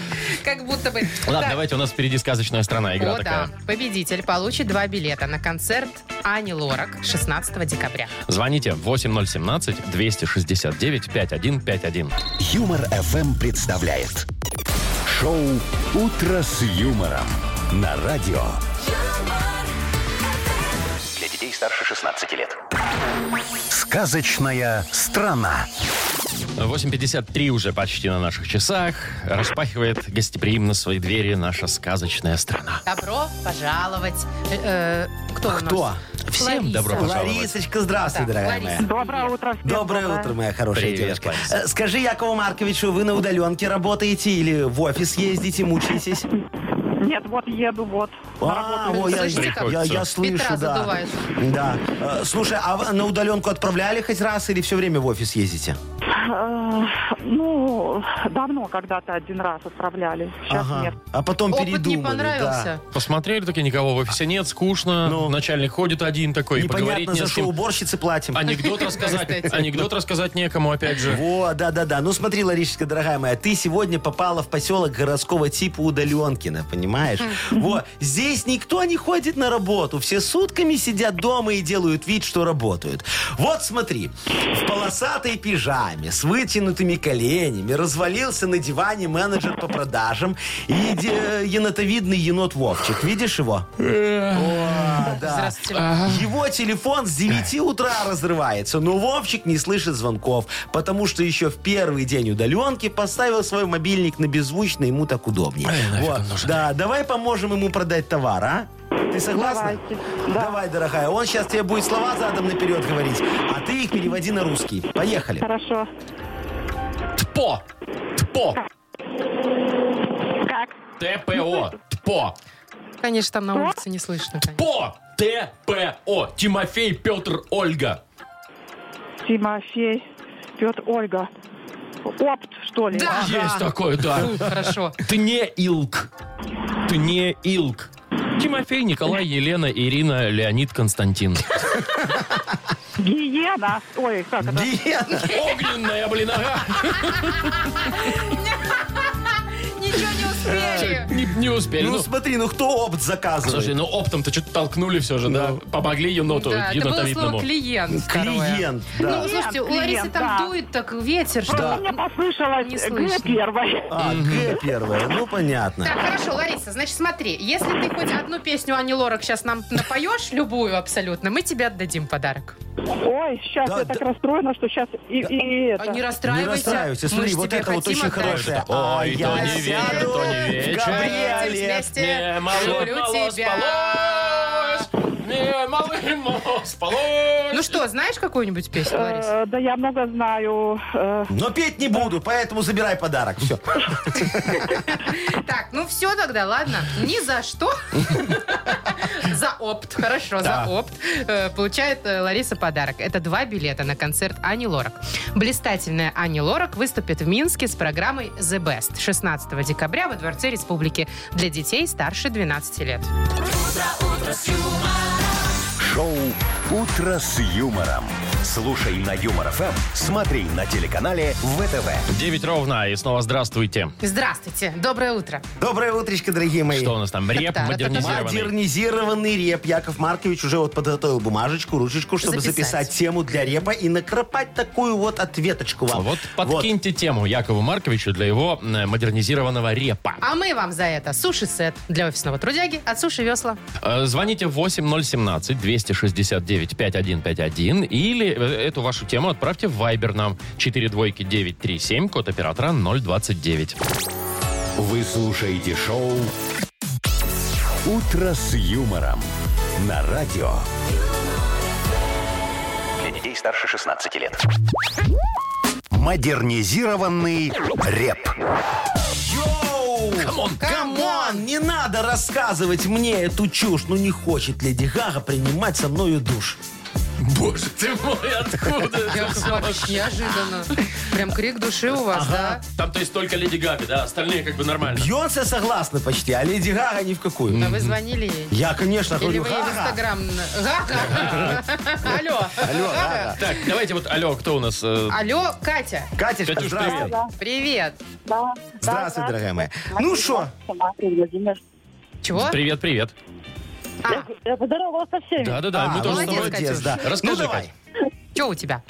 Как будто бы. Ладно, Так, давайте, у нас впереди сказочная страна, игра О, такая. да. Победитель получит два билета на концерт Ани Лорак 16 декабря. Звоните 8017-269-5151. Юмор ФМ представляет. Шоу «Утро с юмором» на радио. Для детей старше 16 лет. Сказочная страна. 8.53 уже почти на наших часах. Распахивает гостеприимно свои двери наша сказочная страна. Добро пожаловать. Э, э, Кто у нас? Кто? Всем Лариса. добро пожаловать. Ларисочка, здравствуй, Да, дорогая Лариса. моя. Доброе утро. всем. Доброе утро, моя хорошая Привет, девочка. Лариса. Э, Скажи, Якову Марковичу, вы на удаленке работаете или в офис ездите, мучитесь? Нет, вот еду, вот. на А, работу. о, я, Слышите, я- как? я- я слышу, Петра да. задувает. Да. Э, Слушай, а вы на удаленку отправляли хоть раз или все время в офис ездите? Э, Ну, давно когда-то один раз отправляли. Сейчас нет. А потом Опыт передумали. не да. понравился. Посмотрели такие, никого в офисе нет, скучно. Ну. Начальник ходит один такой, и поговорить Непонятно, не за с что кем. уборщицы платим. Анекдот рассказать, Кстати. анекдот рассказать некому, опять же. Во, да-да-да. Ну смотри, Ларисочка, дорогая моя, ты сегодня попала в поселок городского типа Удаленкина, понимаешь? Вот. Здесь никто не ходит на работу. Все сутками сидят дома и делают вид, что работают. Вот смотри, в полосатой пижаме с вытянутыми коленями развалился на диване менеджер по продажам и еде- енотовидный енот Вовчик. Видишь его? О, да. Здравствуйте. Его телефон с 9 утра разрывается, но Вовчик не слышит звонков, потому что еще в первый день удаленки поставил свой мобильник на беззвучно, ему так удобнее. Вот. Да, давай поможем ему продать товар, а? Ты согласна? Давайте. Да. Давай, дорогая. Он сейчас тебе будет слова задом наперед говорить, а ты их переводи на русский. Поехали. Хорошо. Тпо! Тпо! Как? ТПО! Тпо! Конечно, там на улице не слышно. конечно. По ТПО. Тимофей, Петр, Ольга. Тимофей, Петр, Ольга. Опт, что ли? Да. Ага. Есть такое, да. Фу, Хорошо. Ты не Илк. Ты не Илк. Тимофей, Николай, Елена, Ирина, Леонид, Константин. Гиена. Ой, как это? Диета. Огненная, блин, ага. Ничего не успели. Не, не успели. Ну Ну, смотри, ну кто опт слушай, заказывает? ну оптом-то что-то толкнули все же, да? Помогли еноту, Да, это было енотовидному. слово клиент. второе. Клиент, да. Ну, слушайте, у Ларисы клиент, там да. дует так ветер, Просто что... мне послышалось Не Г слышно. первое. А, Г первое. Ну, понятно. Так, хорошо, Лариса, значит, смотри, если ты хоть одну песню Ани Лорак сейчас нам напоешь, любую абсолютно, мы тебе отдадим подарок. Ой, сейчас Да, я да. так расстроена, что сейчас и, и это. Не Не расстраивайся. расстраивайся, смотри, Мы ж вот тебе это вот хотим очень отдать. хорошее. Ой, Ой, то я не вечер, сяду то не в вечер. Давайте Габриэле. вместе. Люблю тебя. полос, полос. Э, малый мос, полой. Ну что, знаешь какую-нибудь песню, Лариса? Э, Да я много знаю. э, Но петь не буду, поэтому забирай подарок. Все. Так, ну все тогда, ладно. Ни за что. За опт. Хорошо, за опт. Э, Получает э, Лариса подарок. Это два билета на концерт Ани Лорак. Блистательная Ани Лорак выступит в Минске с программой The Best 16 декабря во Дворце Республики для детей старше 12 лет. Шоу «Утро с юмором». Слушай на Юмор ФМ, смотри на телеканале ВТВ. 9 ровно, и снова здравствуйте. Здравствуйте, доброе утро. Доброе утречко, дорогие мои. Что у нас там? Реп Да-да-да. модернизированный. Модернизированный реп. Яков Маркович уже вот подготовил бумажечку, ручечку, чтобы Записать. записать, тему для репа и накропать такую вот ответочку вам. Вот подкиньте тему Якову Марковичу для его э, модернизированного репа. А мы вам за это суши-сет для офисного трудяги от Суши Весла. Э, Звоните 8017-269-5151 или э, эту вашу тему отправьте в Viber нам 42937, код оператора 029. Вы слушаете шоу «Утро с юмором» на радио. Для детей старше 16 лет. Модернизированный реп. Йоу! Камон, Не надо рассказывать мне эту чушь. Ну не хочет Леди Гага принимать со мною душ. Боже ты мой, откуда это Яков всё? Маркович, неожиданно. Прям крик души у вас, да? Там то есть только Леди Гага, да? Остальные как бы нормально. Бьонсе согласна почти, а Леди Гага ни в какую. А вы звонили ей? Я, конечно, Или говорю, вы ей в Гага. Инстаграм... на- Гага! Алло! Гага! Так, давайте вот, алло, кто у нас? э, Алло, Катя! Катюшка, Катюш, здравствуй. привет. Да, Привет! да, Здравствуй, да, дорогая моя. здравствуйте. Ну что? Здравствуйте, Владимир. Чего? Привет, привет. А, Я поздоровалась со всеми. Да-да-да, мы А, тоже с ну, тобой. молодец. Катюш. да. Расскажи, ну, давай. что у тебя?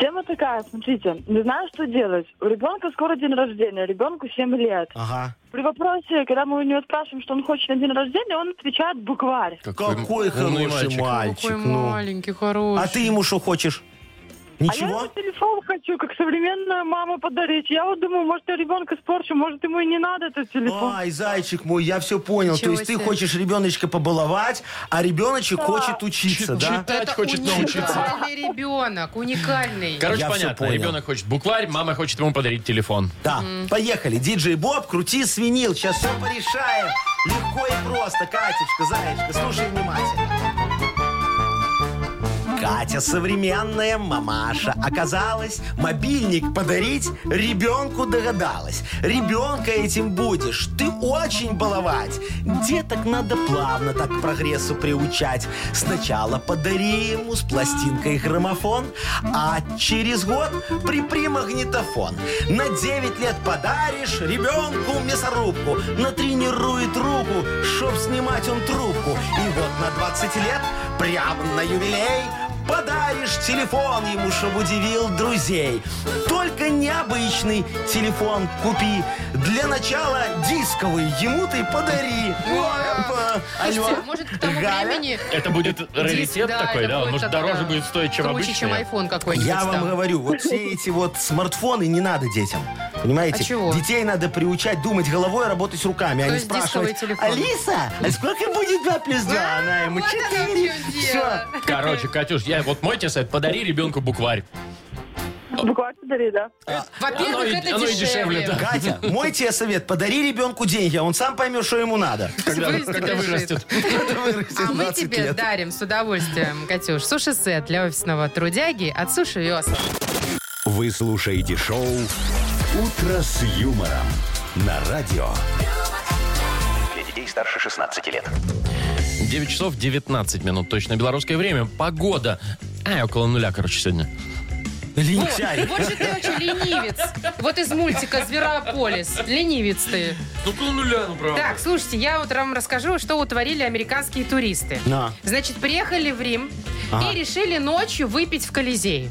Тема такая, смотрите, не знаю, что делать. У ребенка скоро день рождения, ребенку 7 лет. Ага. При вопросе, когда мы у него спрашиваем, что он хочет на день рождения, он отвечает букварь. Какой умный хороший мальчик. мальчик. Какой ну. маленький, хороший. А ты ему что хочешь? А я ему Ничего? телефон хочу, как современная мама подарить. Я вот думаю, может, я ребенка испорчу, может, ему и не надо этот телефон. Ай, зайчик мой, я все понял. Ничего То есть ты себе. хочешь ребеночка побаловать, а ребеночек хочет учиться, да? Читать хочет научиться. уникальный ребенок, уникальный. Короче, Я всё понятно. понял. Ребенок хочет букварь, мама хочет ему подарить телефон. Да. Поехали. Диджей Боб, крути свинил. Сейчас все порешаем. Легко и просто. Катечка, зайчка, слушай внимательно. Катя современная мамаша. Оказалось, мобильник подарить ребенку догадалась. Ребенка этим будешь ты очень баловать. Деток надо плавно так к прогрессу приучать. Сначала подари ему с пластинкой граммофон, а через год припри магнитофон. На 9 лет подаришь ребенку мясорубку. Натренирует руку, чтоб снимать он трубку. И вот на 20 лет, прямо на юбилей, Подаришь телефон ему, чтобы удивил друзей. Только необычный телефон купи. Для начала дисковый ему ты подари. Ой, опа. Слушайте, Алло. может, к тому Галя? времени... Это будет диск, раритет такой, это да? Он будет может такой, дороже да, будет стоить, чем круче, чем обычный. iPhone какой-нибудь. Я вам там. говорю, вот все эти вот смартфоны не надо детям. Понимаете? А чего? Детей надо приучать думать головой, работать руками, а То не есть дисковый спрашивать. телефон. Алиса, а сколько будет 2 плюс 2? А, Она ему вот оно в 4. чём Все. дело. Короче, Катюш, я вот мой тебе совет, подари ребенку букварь. Букварь подари, да. Оно и- Во-первых, это оно и дешевле, дешевле. да. Катя, мой тебе совет. Подари ребенку деньги, а он сам поймет, что ему надо. Когда, Быстро когда решит. вырастет. А мы 17 тебе лет. дарим с удовольствием, Катюш, суши-сет для офисного трудяги от Суши Весла. Вы слушаете шоу «Утро с юмором» на радио. Для детей старше 16 лет. 9 часов 19 минут, точно белорусское время. Погода. А, около нуля, короче, сегодня. Лентяй. Вот же ты очень ленивец. Вот из мультика «Зверополис». Ленивец ты. Около нуля, ну правда. Так, слушайте, я вот вам расскажу, что утворили американские туристы. На. Значит, приехали в Рим Ага. и решили ночью выпить в Колизее.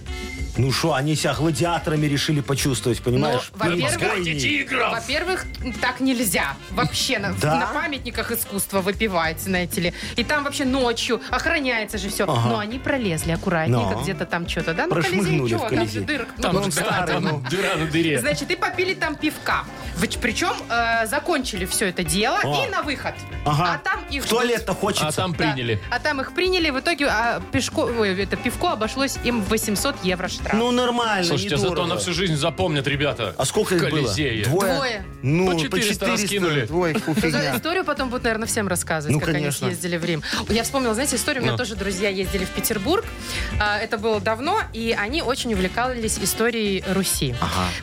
Ну что, они себя гладиаторами решили почувствовать, понимаешь? Ну, во-первых, Грани. Во-первых, так нельзя вообще на, Да? на памятниках искусства выпивать, знаете ли. И там вообще ночью охраняется же все. Ага. Но они пролезли аккуратненько, Но. где-то там что-то, да? Ну, Прошмыгнули Колизей, чё, в там же Колизей. дырок. Там много. же дыра, там дыра на дыре. Значит, и попили там пивка. Ведь Причем э, закончили все это дело А. и на выход. Ага. А там их В ждут. туалет-то хочется. А там Да. приняли. А там их приняли, в итоге а, пешко, ой, это пивко обошлось им в 800 евро штраф. Ну, нормально, Слушайте, зато недорого. на всю жизнь запомнят, ребята. А сколько В их было? Колизее. Двое. Ну, По 400 раскинули. Двое, фу, Ну, за фигня. историю потом будут, наверное, всем рассказывать, Ну, как конечно. они съездили в Рим. Я вспомнила, знаете, историю, у меня Ну. тоже друзья ездили в Петербург. А, Это было давно, и они очень увлекались историей Руси.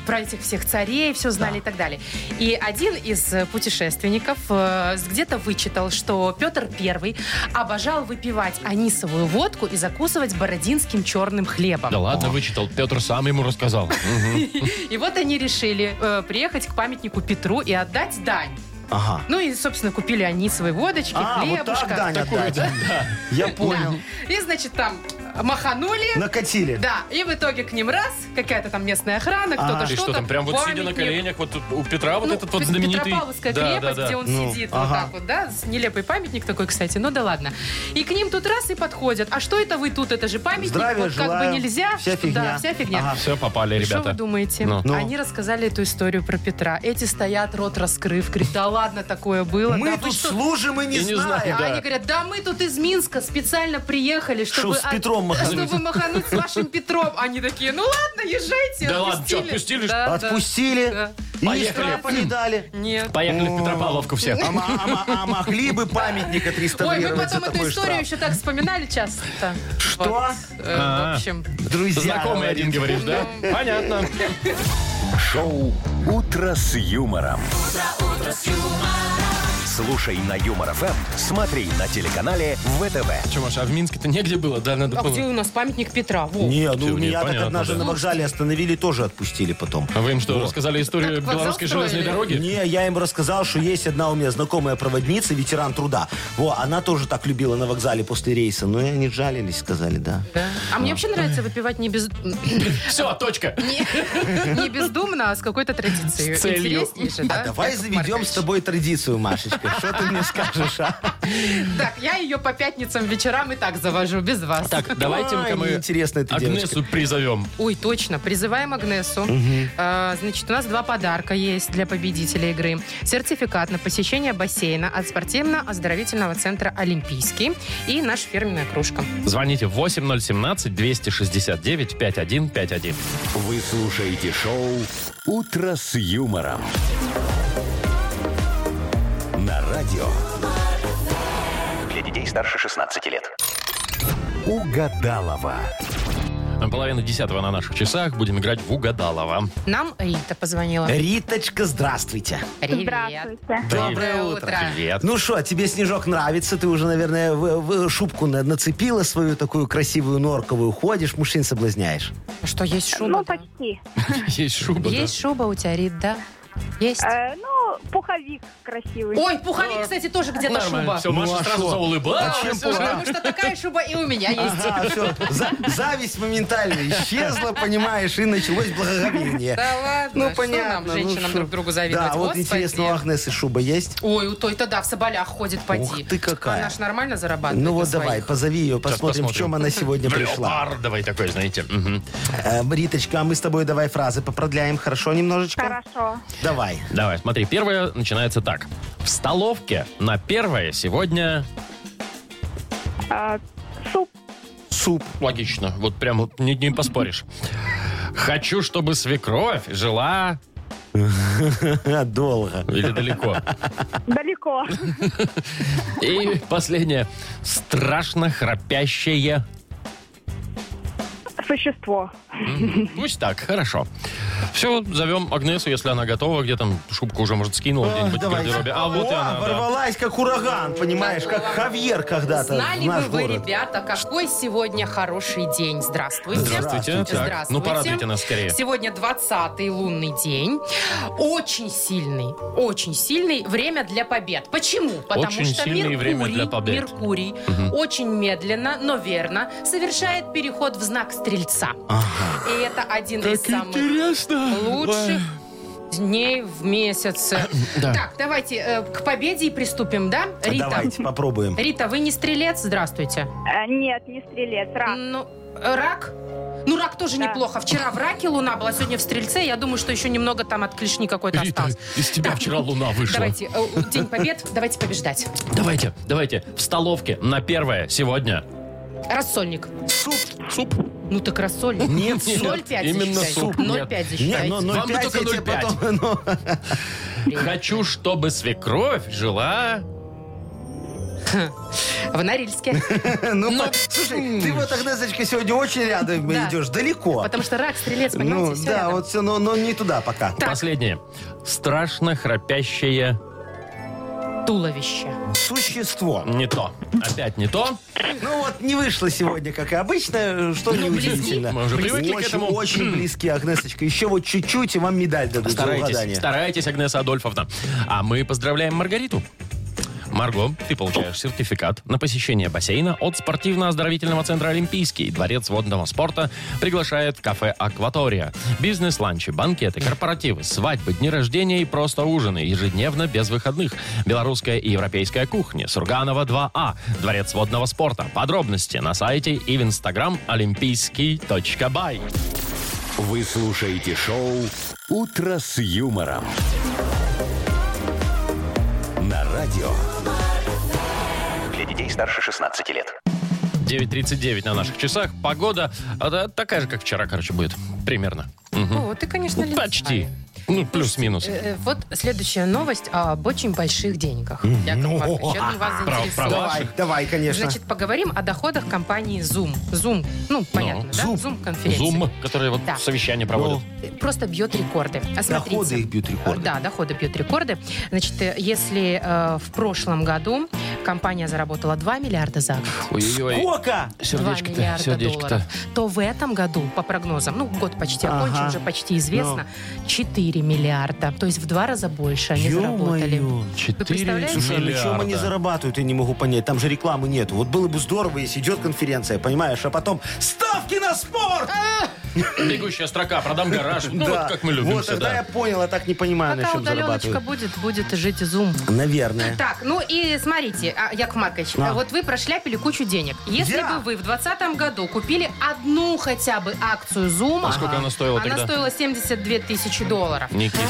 Про этих всех царей, все знали и так далее. И один из э, путешественников э, где-то вычитал, что Петр Первый обожал выпивать анисовую водку и закусывать бородинским черным хлебом. Да ладно, вычитал. Петр сам ему рассказал. Мгм. И вот они решили э, приехать к памятнику Петру и отдать дань. Ага. Ну и, собственно, купили они свои водочки, А, вот хлебушка. так, Даня, да. Я понял. И, значит, там маханули. Накатили. Да, и в итоге к ним раз, какая-то там местная охрана, кто-то А. И что-то. что там, прям вот сидя на памятник. коленях, вот тут у Петра вот Ну, этот вот Пет- знаменитый... Петропавловская Да, крепость, да, да. где он Ну, сидит вот ага. так вот, да? с- Нелепый памятник такой, кстати, ну да ладно. И к ним тут раз и подходят. А что это вы тут? Это же памятник, Здравия вот как желаю. бы нельзя. Вся что- Да, фигня. вся фигня. Ага. Все, попали, И Что ребята. вы думаете? Ну. Ну. Они рассказали эту историю про Петра. Эти стоят, рот раскрыв, говорят, да ладно, такое было. да Мы вы тут что?» служим и не Я не знаю, знаем. А они говорят, да мы тут из Минска специально приехали, чтобы... Чтоб с Петром махануть. Чтобы махануть с вашим Петром. Они такие, ну ладно, езжайте. Да ладно, чё, отпустили, что Да, да. Отпустили. Да. И Поехали. штрафа не дали. Нет. Поехали в Петропавловку все. Ну, А, ма- а ма- а могли бы памятник Ой, мы отреставрировать за потом эту такой историю штраф. еще так вспоминали часто. Что? Вот, э, А. в общем, Друзья, Знакомый один, говоришь, да? Понятно. Шоу «Утро с юмором». Слушай на Юмор ФМ, смотри на телеканале ВТВ. Че, Маша, а в Минске-то негде было? Да, надо а где было. у нас памятник Петра? Во. Не, Всё, ну меня так непонятно, однажды да. на вокзале остановили, тоже отпустили потом. А вы им что, Вот. рассказали историю Так, вокзал белорусской железной строили. дороги? Не, я им рассказал, что есть одна у меня знакомая проводница, ветеран труда. Во, она тоже так любила на вокзале после рейса. Но и они жалились, сказали, да. Да. А мне вообще нравится выпивать не, без... не, Все, точка. не бездумно, а с какой-то традицией. С целью. Интереснейше, да? А давай Яков заведем Маркович? с тобой традицию, Машечка. Что ты мне скажешь, а? Так, я ее по пятницам вечерам и так завожу, без вас. Так, давайте-ка Ай, мы неинтересная ты Агнесу призовем. Ой, точно. Призываем Агнесу. А, значит, у нас два подарка есть для победителя игры. Сертификат на посещение бассейна от спортивно-оздоровительного центра «Олимпийский» и наша фирменная кружка. Звоните 8017-269-5151. Вы слушаете шоу «Утро с юмором». На радио Для детей старше 16 лет. «Угадалова». Половина десятого на наших часах. Будем играть в Угадалова. Нам Рита позвонила. Риточка, здравствуйте. Привет. Здравствуйте. Доброе утро. Привет. Ну что, тебе снежок нравится? Ты уже, наверное, в- в шубку на- нацепила свою такую красивую норковую. Ходишь, мужчин соблазняешь. А Что, есть шуба? Ну, да? почти. Есть шуба, да? Есть шуба у тебя, Рит, да? Есть? Э, ну, пуховик красивый. Ой, пуховик, кстати, тоже где-то шуба. Все, Маша Ну, а сразу шо? заулыбалась. А чем Всё, пора? да. Потому что такая шуба и у меня есть. Ага, всё. За- зависть моментально исчезла, понимаешь, и началось благоговение. Да ладно, Ну, Э, что нам, понятно. ну, женщинам, что? друг другу завидовать? Да, вот Господи. интересно, у Агнесы шуба есть? Ой, у той-то да, в соболях ходит, поди. Ух ты какая. Она ж нормально зарабатывает Ну на вот давай, своих. позови ее, Сейчас посмотрим, в чем она сегодня пришла. Леопардовый такой, знаете. Мгм. Э, Риточка, а мы с тобой давай фразы попродляем, хорошо немножечко? Хорошо. Давай. Давай, смотри, первое начинается так. В столовке на первое сегодня... Э, суп. Суп. Логично, вот прям вот не, не поспоришь. Хочу, чтобы свекровь жила А, Долго. или далеко. Далеко. И последнее. Страшно храпящее. Существо. Пусть так, хорошо. Все, зовем Агнесу, если она готова. Где там шубку уже, может, скинула где-нибудь в Давай. гардеробе. А вот и О, она, да. ворвалась, как ураган, понимаешь, как Хавьер когда-то в Знали наш бы вы, город. ребята, какой сегодня хороший день. Здравствуйте. Здравствуйте. Так, ну, Здравствуйте. порадуйте нас скорее. Сегодня 20-й лунный день. Очень сильный, очень сильный. Время для побед. Почему? Потому Очень что сильное Меркурий, время для побед. Меркурий очень медленно, но верно совершает переход в знак Стрельца. И это один из самых лучших дней в месяце. Да. Так, давайте э, к победе и приступим, да? Рита. Давайте попробуем. Рита, вы не стрелец, здравствуйте. Э, нет, не стрелец. Рак. Ну, э, рак? Ну, рак тоже неплохо. Вчера в раке луна была, сегодня в стрельце. Я думаю, что еще немного там от клешни какой-то Рита, осталось. из тебя вчера луна вышла. Давайте, э, у- День Побед, давайте побеждать. Давайте, давайте, в столовке на первое сегодня. Рассольник. Суп. Суп. Ну так рассольник. Нет, суп. 0,5 именно засчитайте. суп, нет. 0,5 Не, засчитайте. ну, Вам бы 0,5 только я тебе 0,5. потом... ну, Хочу, чтобы свекровь жила... В Норильске. Ну, по- слушай, ты вот, Агнесочка, сегодня очень рядом Да. идешь, далеко. Потому что рак, стрелец, понимаете, Ну, все да, рядом. вот все, но, но не туда пока. Последнее. Страшно храпящее... Туловище. Существо. Не то. Опять не то. Ну вот, не вышло сегодня, как и обычно, что Ну, неудивительно. близни. Мы уже привыкли к очень, этому. очень близкие, Агнесочка. Еще вот чуть-чуть, и вам медаль дадут за Старайтесь, угадание. старайтесь, Агнеса Адольфовна. А мы поздравляем Маргариту. Марго, ты получаешь сертификат на посещение бассейна от спортивно-оздоровительного центра «Олимпийский». Дворец водного спорта приглашает в кафе «Акватория». Бизнес-ланчи, банкеты, корпоративы, свадьбы, дни рождения и просто ужины. Ежедневно без выходных. Белорусская и европейская кухни. Сурганова 2А. Дворец водного спорта. Подробности на сайте и в инстаграм олимпийский.бай. Вы слушаете шоу «Утро с юмором». На радио Для детей старше 16 лет. 9.39 на наших часах. Погода а, да, такая же, как вчера, короче, будет. Примерно. Мгм. О, ты, конечно, Ну, почти. лентяй. Ну, плюс-минус. Э, э, Вот следующая новость об очень больших деньгах. Яков Маркович, я думаю, вас Про- заинтересует. про вас? Давай, давай, конечно. Значит, поговорим о доходах компании Zoom. Zoom, ну, понятно, да? Zoom. Zoom-конференция. Зум, который вот Да. Ну, совещание проводит. Просто бьет рекорды. А смотрите. Доходы их бьют рекорды. Да, доходы бьют рекорды. Значит, э, если э, в прошлом году компания заработала 2 миллиарда за год, Ой-ой-ой. Сколько? 2 Сердечко-то, миллиарда долларов, сердечко-то. то в этом году, по прогнозам, ну, год почти Ага. Ну. окончен, уже почти известно, 4 миллиарда. То есть в два раза больше они заработали. Ё-моё. Четыре представляете? Слушай, на чем они миллиарда. зарабатывают, я не могу понять. Там же рекламы нету. Вот было бы здорово, если идет конференция, понимаешь, а потом ставки на спорт! Бегущая строка, продам гараж. Ну, вот как мы любим Вот тогда я всегда. понял, а так не понимаю, на Пока чем удаленочка зарабатывают. будет, будет жить Zoom. Наверное. Так, ну и смотрите, а, Яков Маркович, А. а вот вы прошляпили кучу денег. Если Я? бы вы в 2020 году купили одну хотя бы акцию Zoom, А сколько она стоила она тогда? стоила 72 тысячи долларов, Не кисло.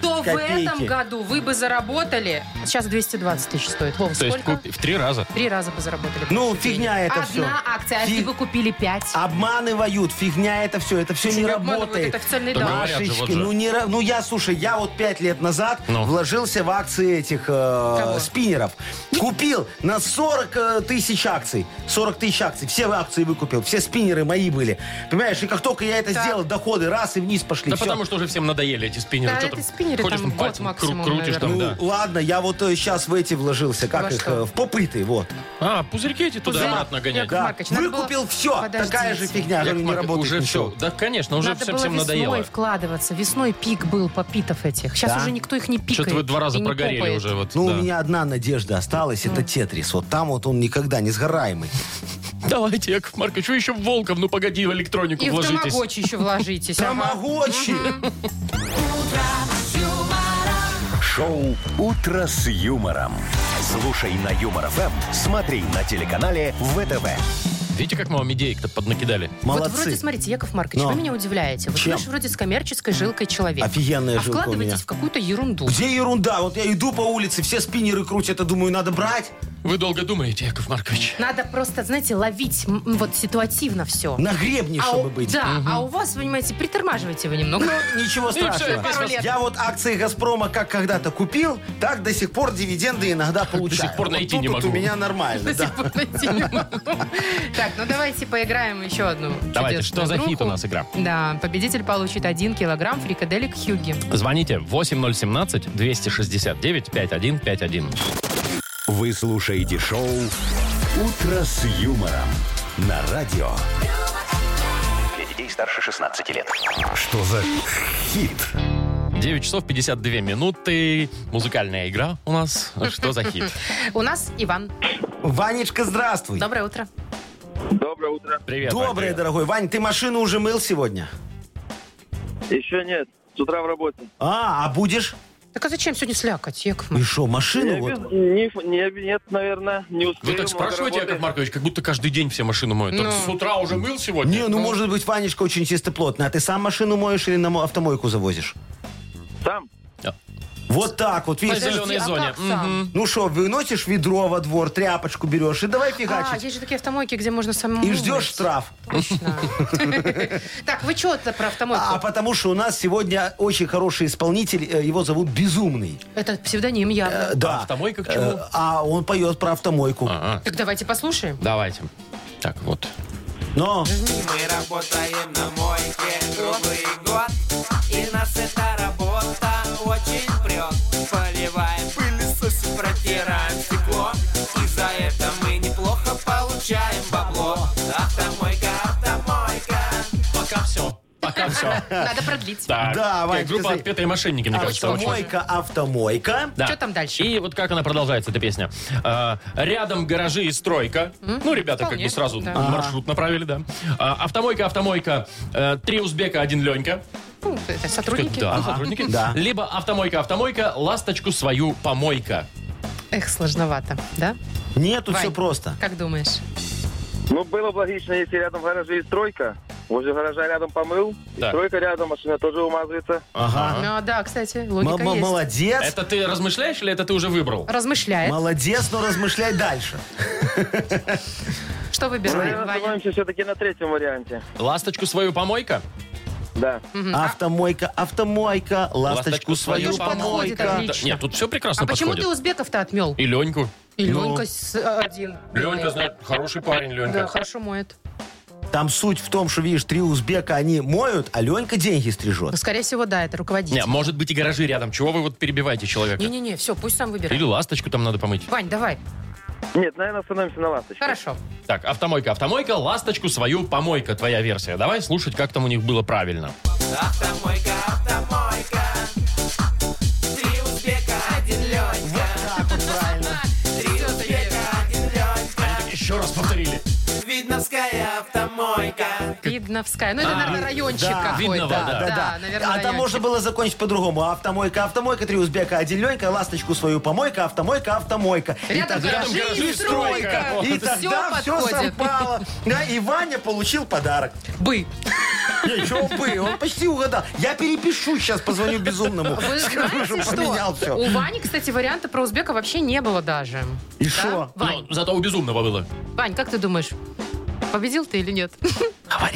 то в Ну, Копейки. этом году вы бы заработали... Сейчас 220 тысяч стоит. Вов, То есть сколько? купи- в три раза. Три раза бы заработали. Ну, больше денег. фигня это Одна все. акция, а если Фиг- бы купили пять? Обманывают, фигня это все, это все Почему не обманывают? работает. Это официальные Так данные. говорят же, вот Машечки, же. ну не ра- ну я, слушай, я вот пять лет назад Ну. вложился в акции этих э, Кого? спиннеров. Купил на 40 э, тысяч акций. 40 тысяч акций. Все акции выкупил. Все спиннеры мои были. Понимаешь, и как только я это Так. сделал, доходы раз и вниз пошли. Да всё. потому что уже всем надоели эти спиннеры. Да, Чё эти там спиннеры ходишь, там год пальцем кру- максимум, крутишь там, Ну, да. ладно, я вот сейчас в эти вложился, как Во их, что? э, в попыты, вот. А, пузырьки эти туда Пузырь. обратно гонять. Яков Да. Маркович, надо было- Выкупил все, Подождите. такая же фигня, Яков говорю, не Маркович, работает уже ничего. все. Да, конечно, уже Надо всем, было всем весной надоело. вкладываться. Весной пик был попитов этих. Сейчас Да. уже никто их не пикает. Что-то вы два раза и не прогорели попает. уже. Вот, Ну, да. у меня одна надежда осталась, это Тетрис. Вот там вот он никогда не сгораемый. Давайте, Яков Маркович, вы еще в Волков, ну погоди, в электронику И в вложитесь. тамагочи еще вложитесь. ага. Тамагочи! Шоу «Утро с юмором». Слушай на Юмор ФМ, смотри на телеканале ВТВ. Видите, как мы вам идеек-то поднакидали? Вот вроде, Молодцы. смотрите, Яков Маркович, Но. вы меня удивляете. Вот Чем? вы же вроде с коммерческой жилкой человек. Офигенная а жилка у вкладываетесь меня. в какую-то ерунду. Где ерунда? Вот я иду по улице, все спиннеры крутят, я думаю, надо брать. Вы долго думаете, Яков Маркович. Надо просто, знаете, ловить м, м, вот ситуативно все. На гребне, а чтобы у, быть. Ну, Да, Ну а у вас, понимаете, притормаживаете вы немного. Ничего всё, страшного. опять Пару лет. я вот акции Газпрома как когда-то купил, так до сих пор дивиденды иногда получаю. сих пор Вот найти тут не вот могу. у меня нормально, До да. сих пор найти не могу. Так, ну давайте поиграем еще одну Давайте, чудесную что за игруху. хит у нас игра? Да, победитель получит 1 килограмм фрикаделек Хьюги. Звоните 8017-269-5151. Вы слушаете шоу «Утро с юмором» на радио. Для детей старше 16 лет. Что за хит? 9 часов 52 минуты. Музыкальная игра у нас. Что за хит? У нас Иван. Ванечка, здравствуй. Доброе утро. Доброе утро. Привет. Вань, Доброе, привет. дорогой. Вань, ты машину уже мыл сегодня? Еще нет. С утра в работе. А, а будешь? Так а зачем сегодня слякать, Яков И что, машину вот... Не, обез- не, не- нет, наверное, не успею. Ну Вы так много спрашиваете, работы. Яков Маркович, как будто каждый день все машину моют. Так Ну. с утра уже мыл сегодня? Не, ну может быть, Ванечка очень чистоплотная. А ты сам машину моешь или на мо- автомойку завозишь? Сам? Вот так вот, По видишь? зеленой а зоне. как сам? Мгм. Ну что, выносишь ведро во двор, тряпочку берешь и давай А, фигачить. есть же такие автомойки, где можно самому... И ждешь штраф. Так, вы что про А автомойку? потому что у нас сегодня очень хороший исполнитель, э, его зовут Безумный. Это псевдоним явно. Э, Да. автомойка к Э, чему? А он поет про автомойку. Ага, Так давайте послушаем. давайте. Так, вот. Но... Мы работаем на мойке круглый год И нас эта работа очень прет Поливаем пылесосим, протираем стекло И за это мы неплохо получаем бабло Автомойка, автомойка Пока все. Пока все. Надо продлить. Так, Да, как Вань, группа скажи. А, «Отпетые мошенники», мне кажется, очень. Автомойка, автомойка. Да. Чё там дальше? И вот как она продолжается, эта песня. А, рядом гаражи и стройка. Ну, ребята как вполне, бы сразу да. маршрут направили, да. А, автомойка, автомойка. э, три узбека, один Ленька. Ну, это сотрудники. Да, сотрудники. Да. Либо автомойка, автомойка, ласточку свою помойка. Эх, сложновато, да? Нет, тут Вань. все просто. Как думаешь? Ну, было бы логично, если рядом в гараже есть стройка. Возле гаража рядом помыл, и Так. стройка рядом, машина тоже умазывается. Ага. А? Ну, да, кстати, М- логика м- есть. М-м-м, Молодец. Ну, Это ты размышляешь или это ты уже выбрал? Размышляет. Молодец, но размышляй дальше. Что Наверное, выбираем, Ваня? А остановимся все-таки на третьем варианте. Ласточку свою помойка? Да. А? Автомойка, автомойка, ласточку свою свою подходит помойка. отлично. Нет, тут все прекрасно А почему подходит. ты узбеков-то отмел? И Леньку. И Ленька с- э, один. Ленька знает, хороший парень, Да, Ленька. хорошо моет. Там суть в том, что, видишь, три узбека они моют, а Ленька деньги Ну, стрижет. скорее всего, да, это руководитель. Не, может быть и гаражи рядом. Чего вы вот перебиваете человека? Не-не-не, все, пусть сам Или выбирает. ласточку там надо помыть. Вань, давай. Нет, наверное, остановимся на ласточке. Хорошо. Так, автомойка, автомойка, ласточку свою помойка, твоя версия. Давай слушать, как там у них было правильно. Автомойка, автомойка Три узбека, один Ленька Три узбека, один Ленька Еще раз повторили. Видновская автомойка Видновская. Ну, это, наверное, райончик да. какой-то. Видново, А, да. Да, наверное, а там райончик. можно было закончить по-другому. Автомойка, автомойка, три узбека, один Ленька, ласточку свою помойка, автомойка, автомойка. И Рядом тогда- гаражи, гаражи, и стройка. стройка. И тогда все подходит. совпало. Да, и Ваня получил подарок. Бы. Еще бы, он почти угадал. Я перепишу сейчас, позвоню безумному. Вы Скажу, знаете, что поменял что? все. У Вани, кстати, варианта про узбека вообще не было даже. И что? Вань, Но зато у безумного было. Вань, как ты думаешь, победил ты или нет?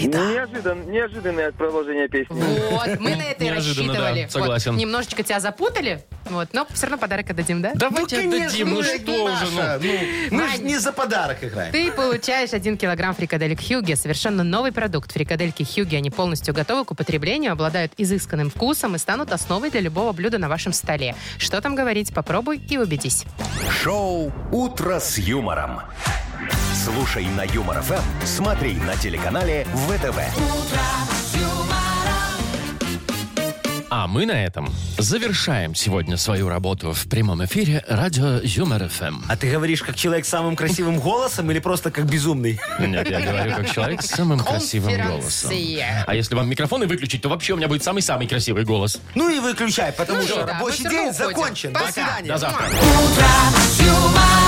Неожиданное, неожиданное продолжение песни. Вот, мы на это и Неожиданно, да, рассчитывали. Вот, согласен. Немножечко тебя запутали, вот, но все равно подарок отдадим, да? Давайте отдадим, ну это что наша. уже, ну. Ну, Мы же не за подарок играем. Ты получаешь 1 килограмм фрикаделек Хьюги. Совершенно новый продукт. Фрикадельки Хьюги, они полностью готовы к употреблению, обладают изысканным вкусом и станут основой для любого блюда на вашем столе. Что там говорить, попробуй и убедись. Шоу «Утро с юмором». Слушай на Юмор ФМ, смотри на телеканале ВТВ. А мы на этом завершаем сегодня свою работу в прямом эфире радио Юмор ФМ. А ты говоришь, как человек с самым красивым голосом или просто как безумный? Нет, я говорю как человек с самым красивым голосом. Конференция. А если вам микрофоны выключить, то вообще у меня будет самый-самый красивый голос. Ну и выключай, потому Ну и что да, мы рабочий всё день равно уходим. закончен. До Пока. свидания. До завтра. Утро с юмором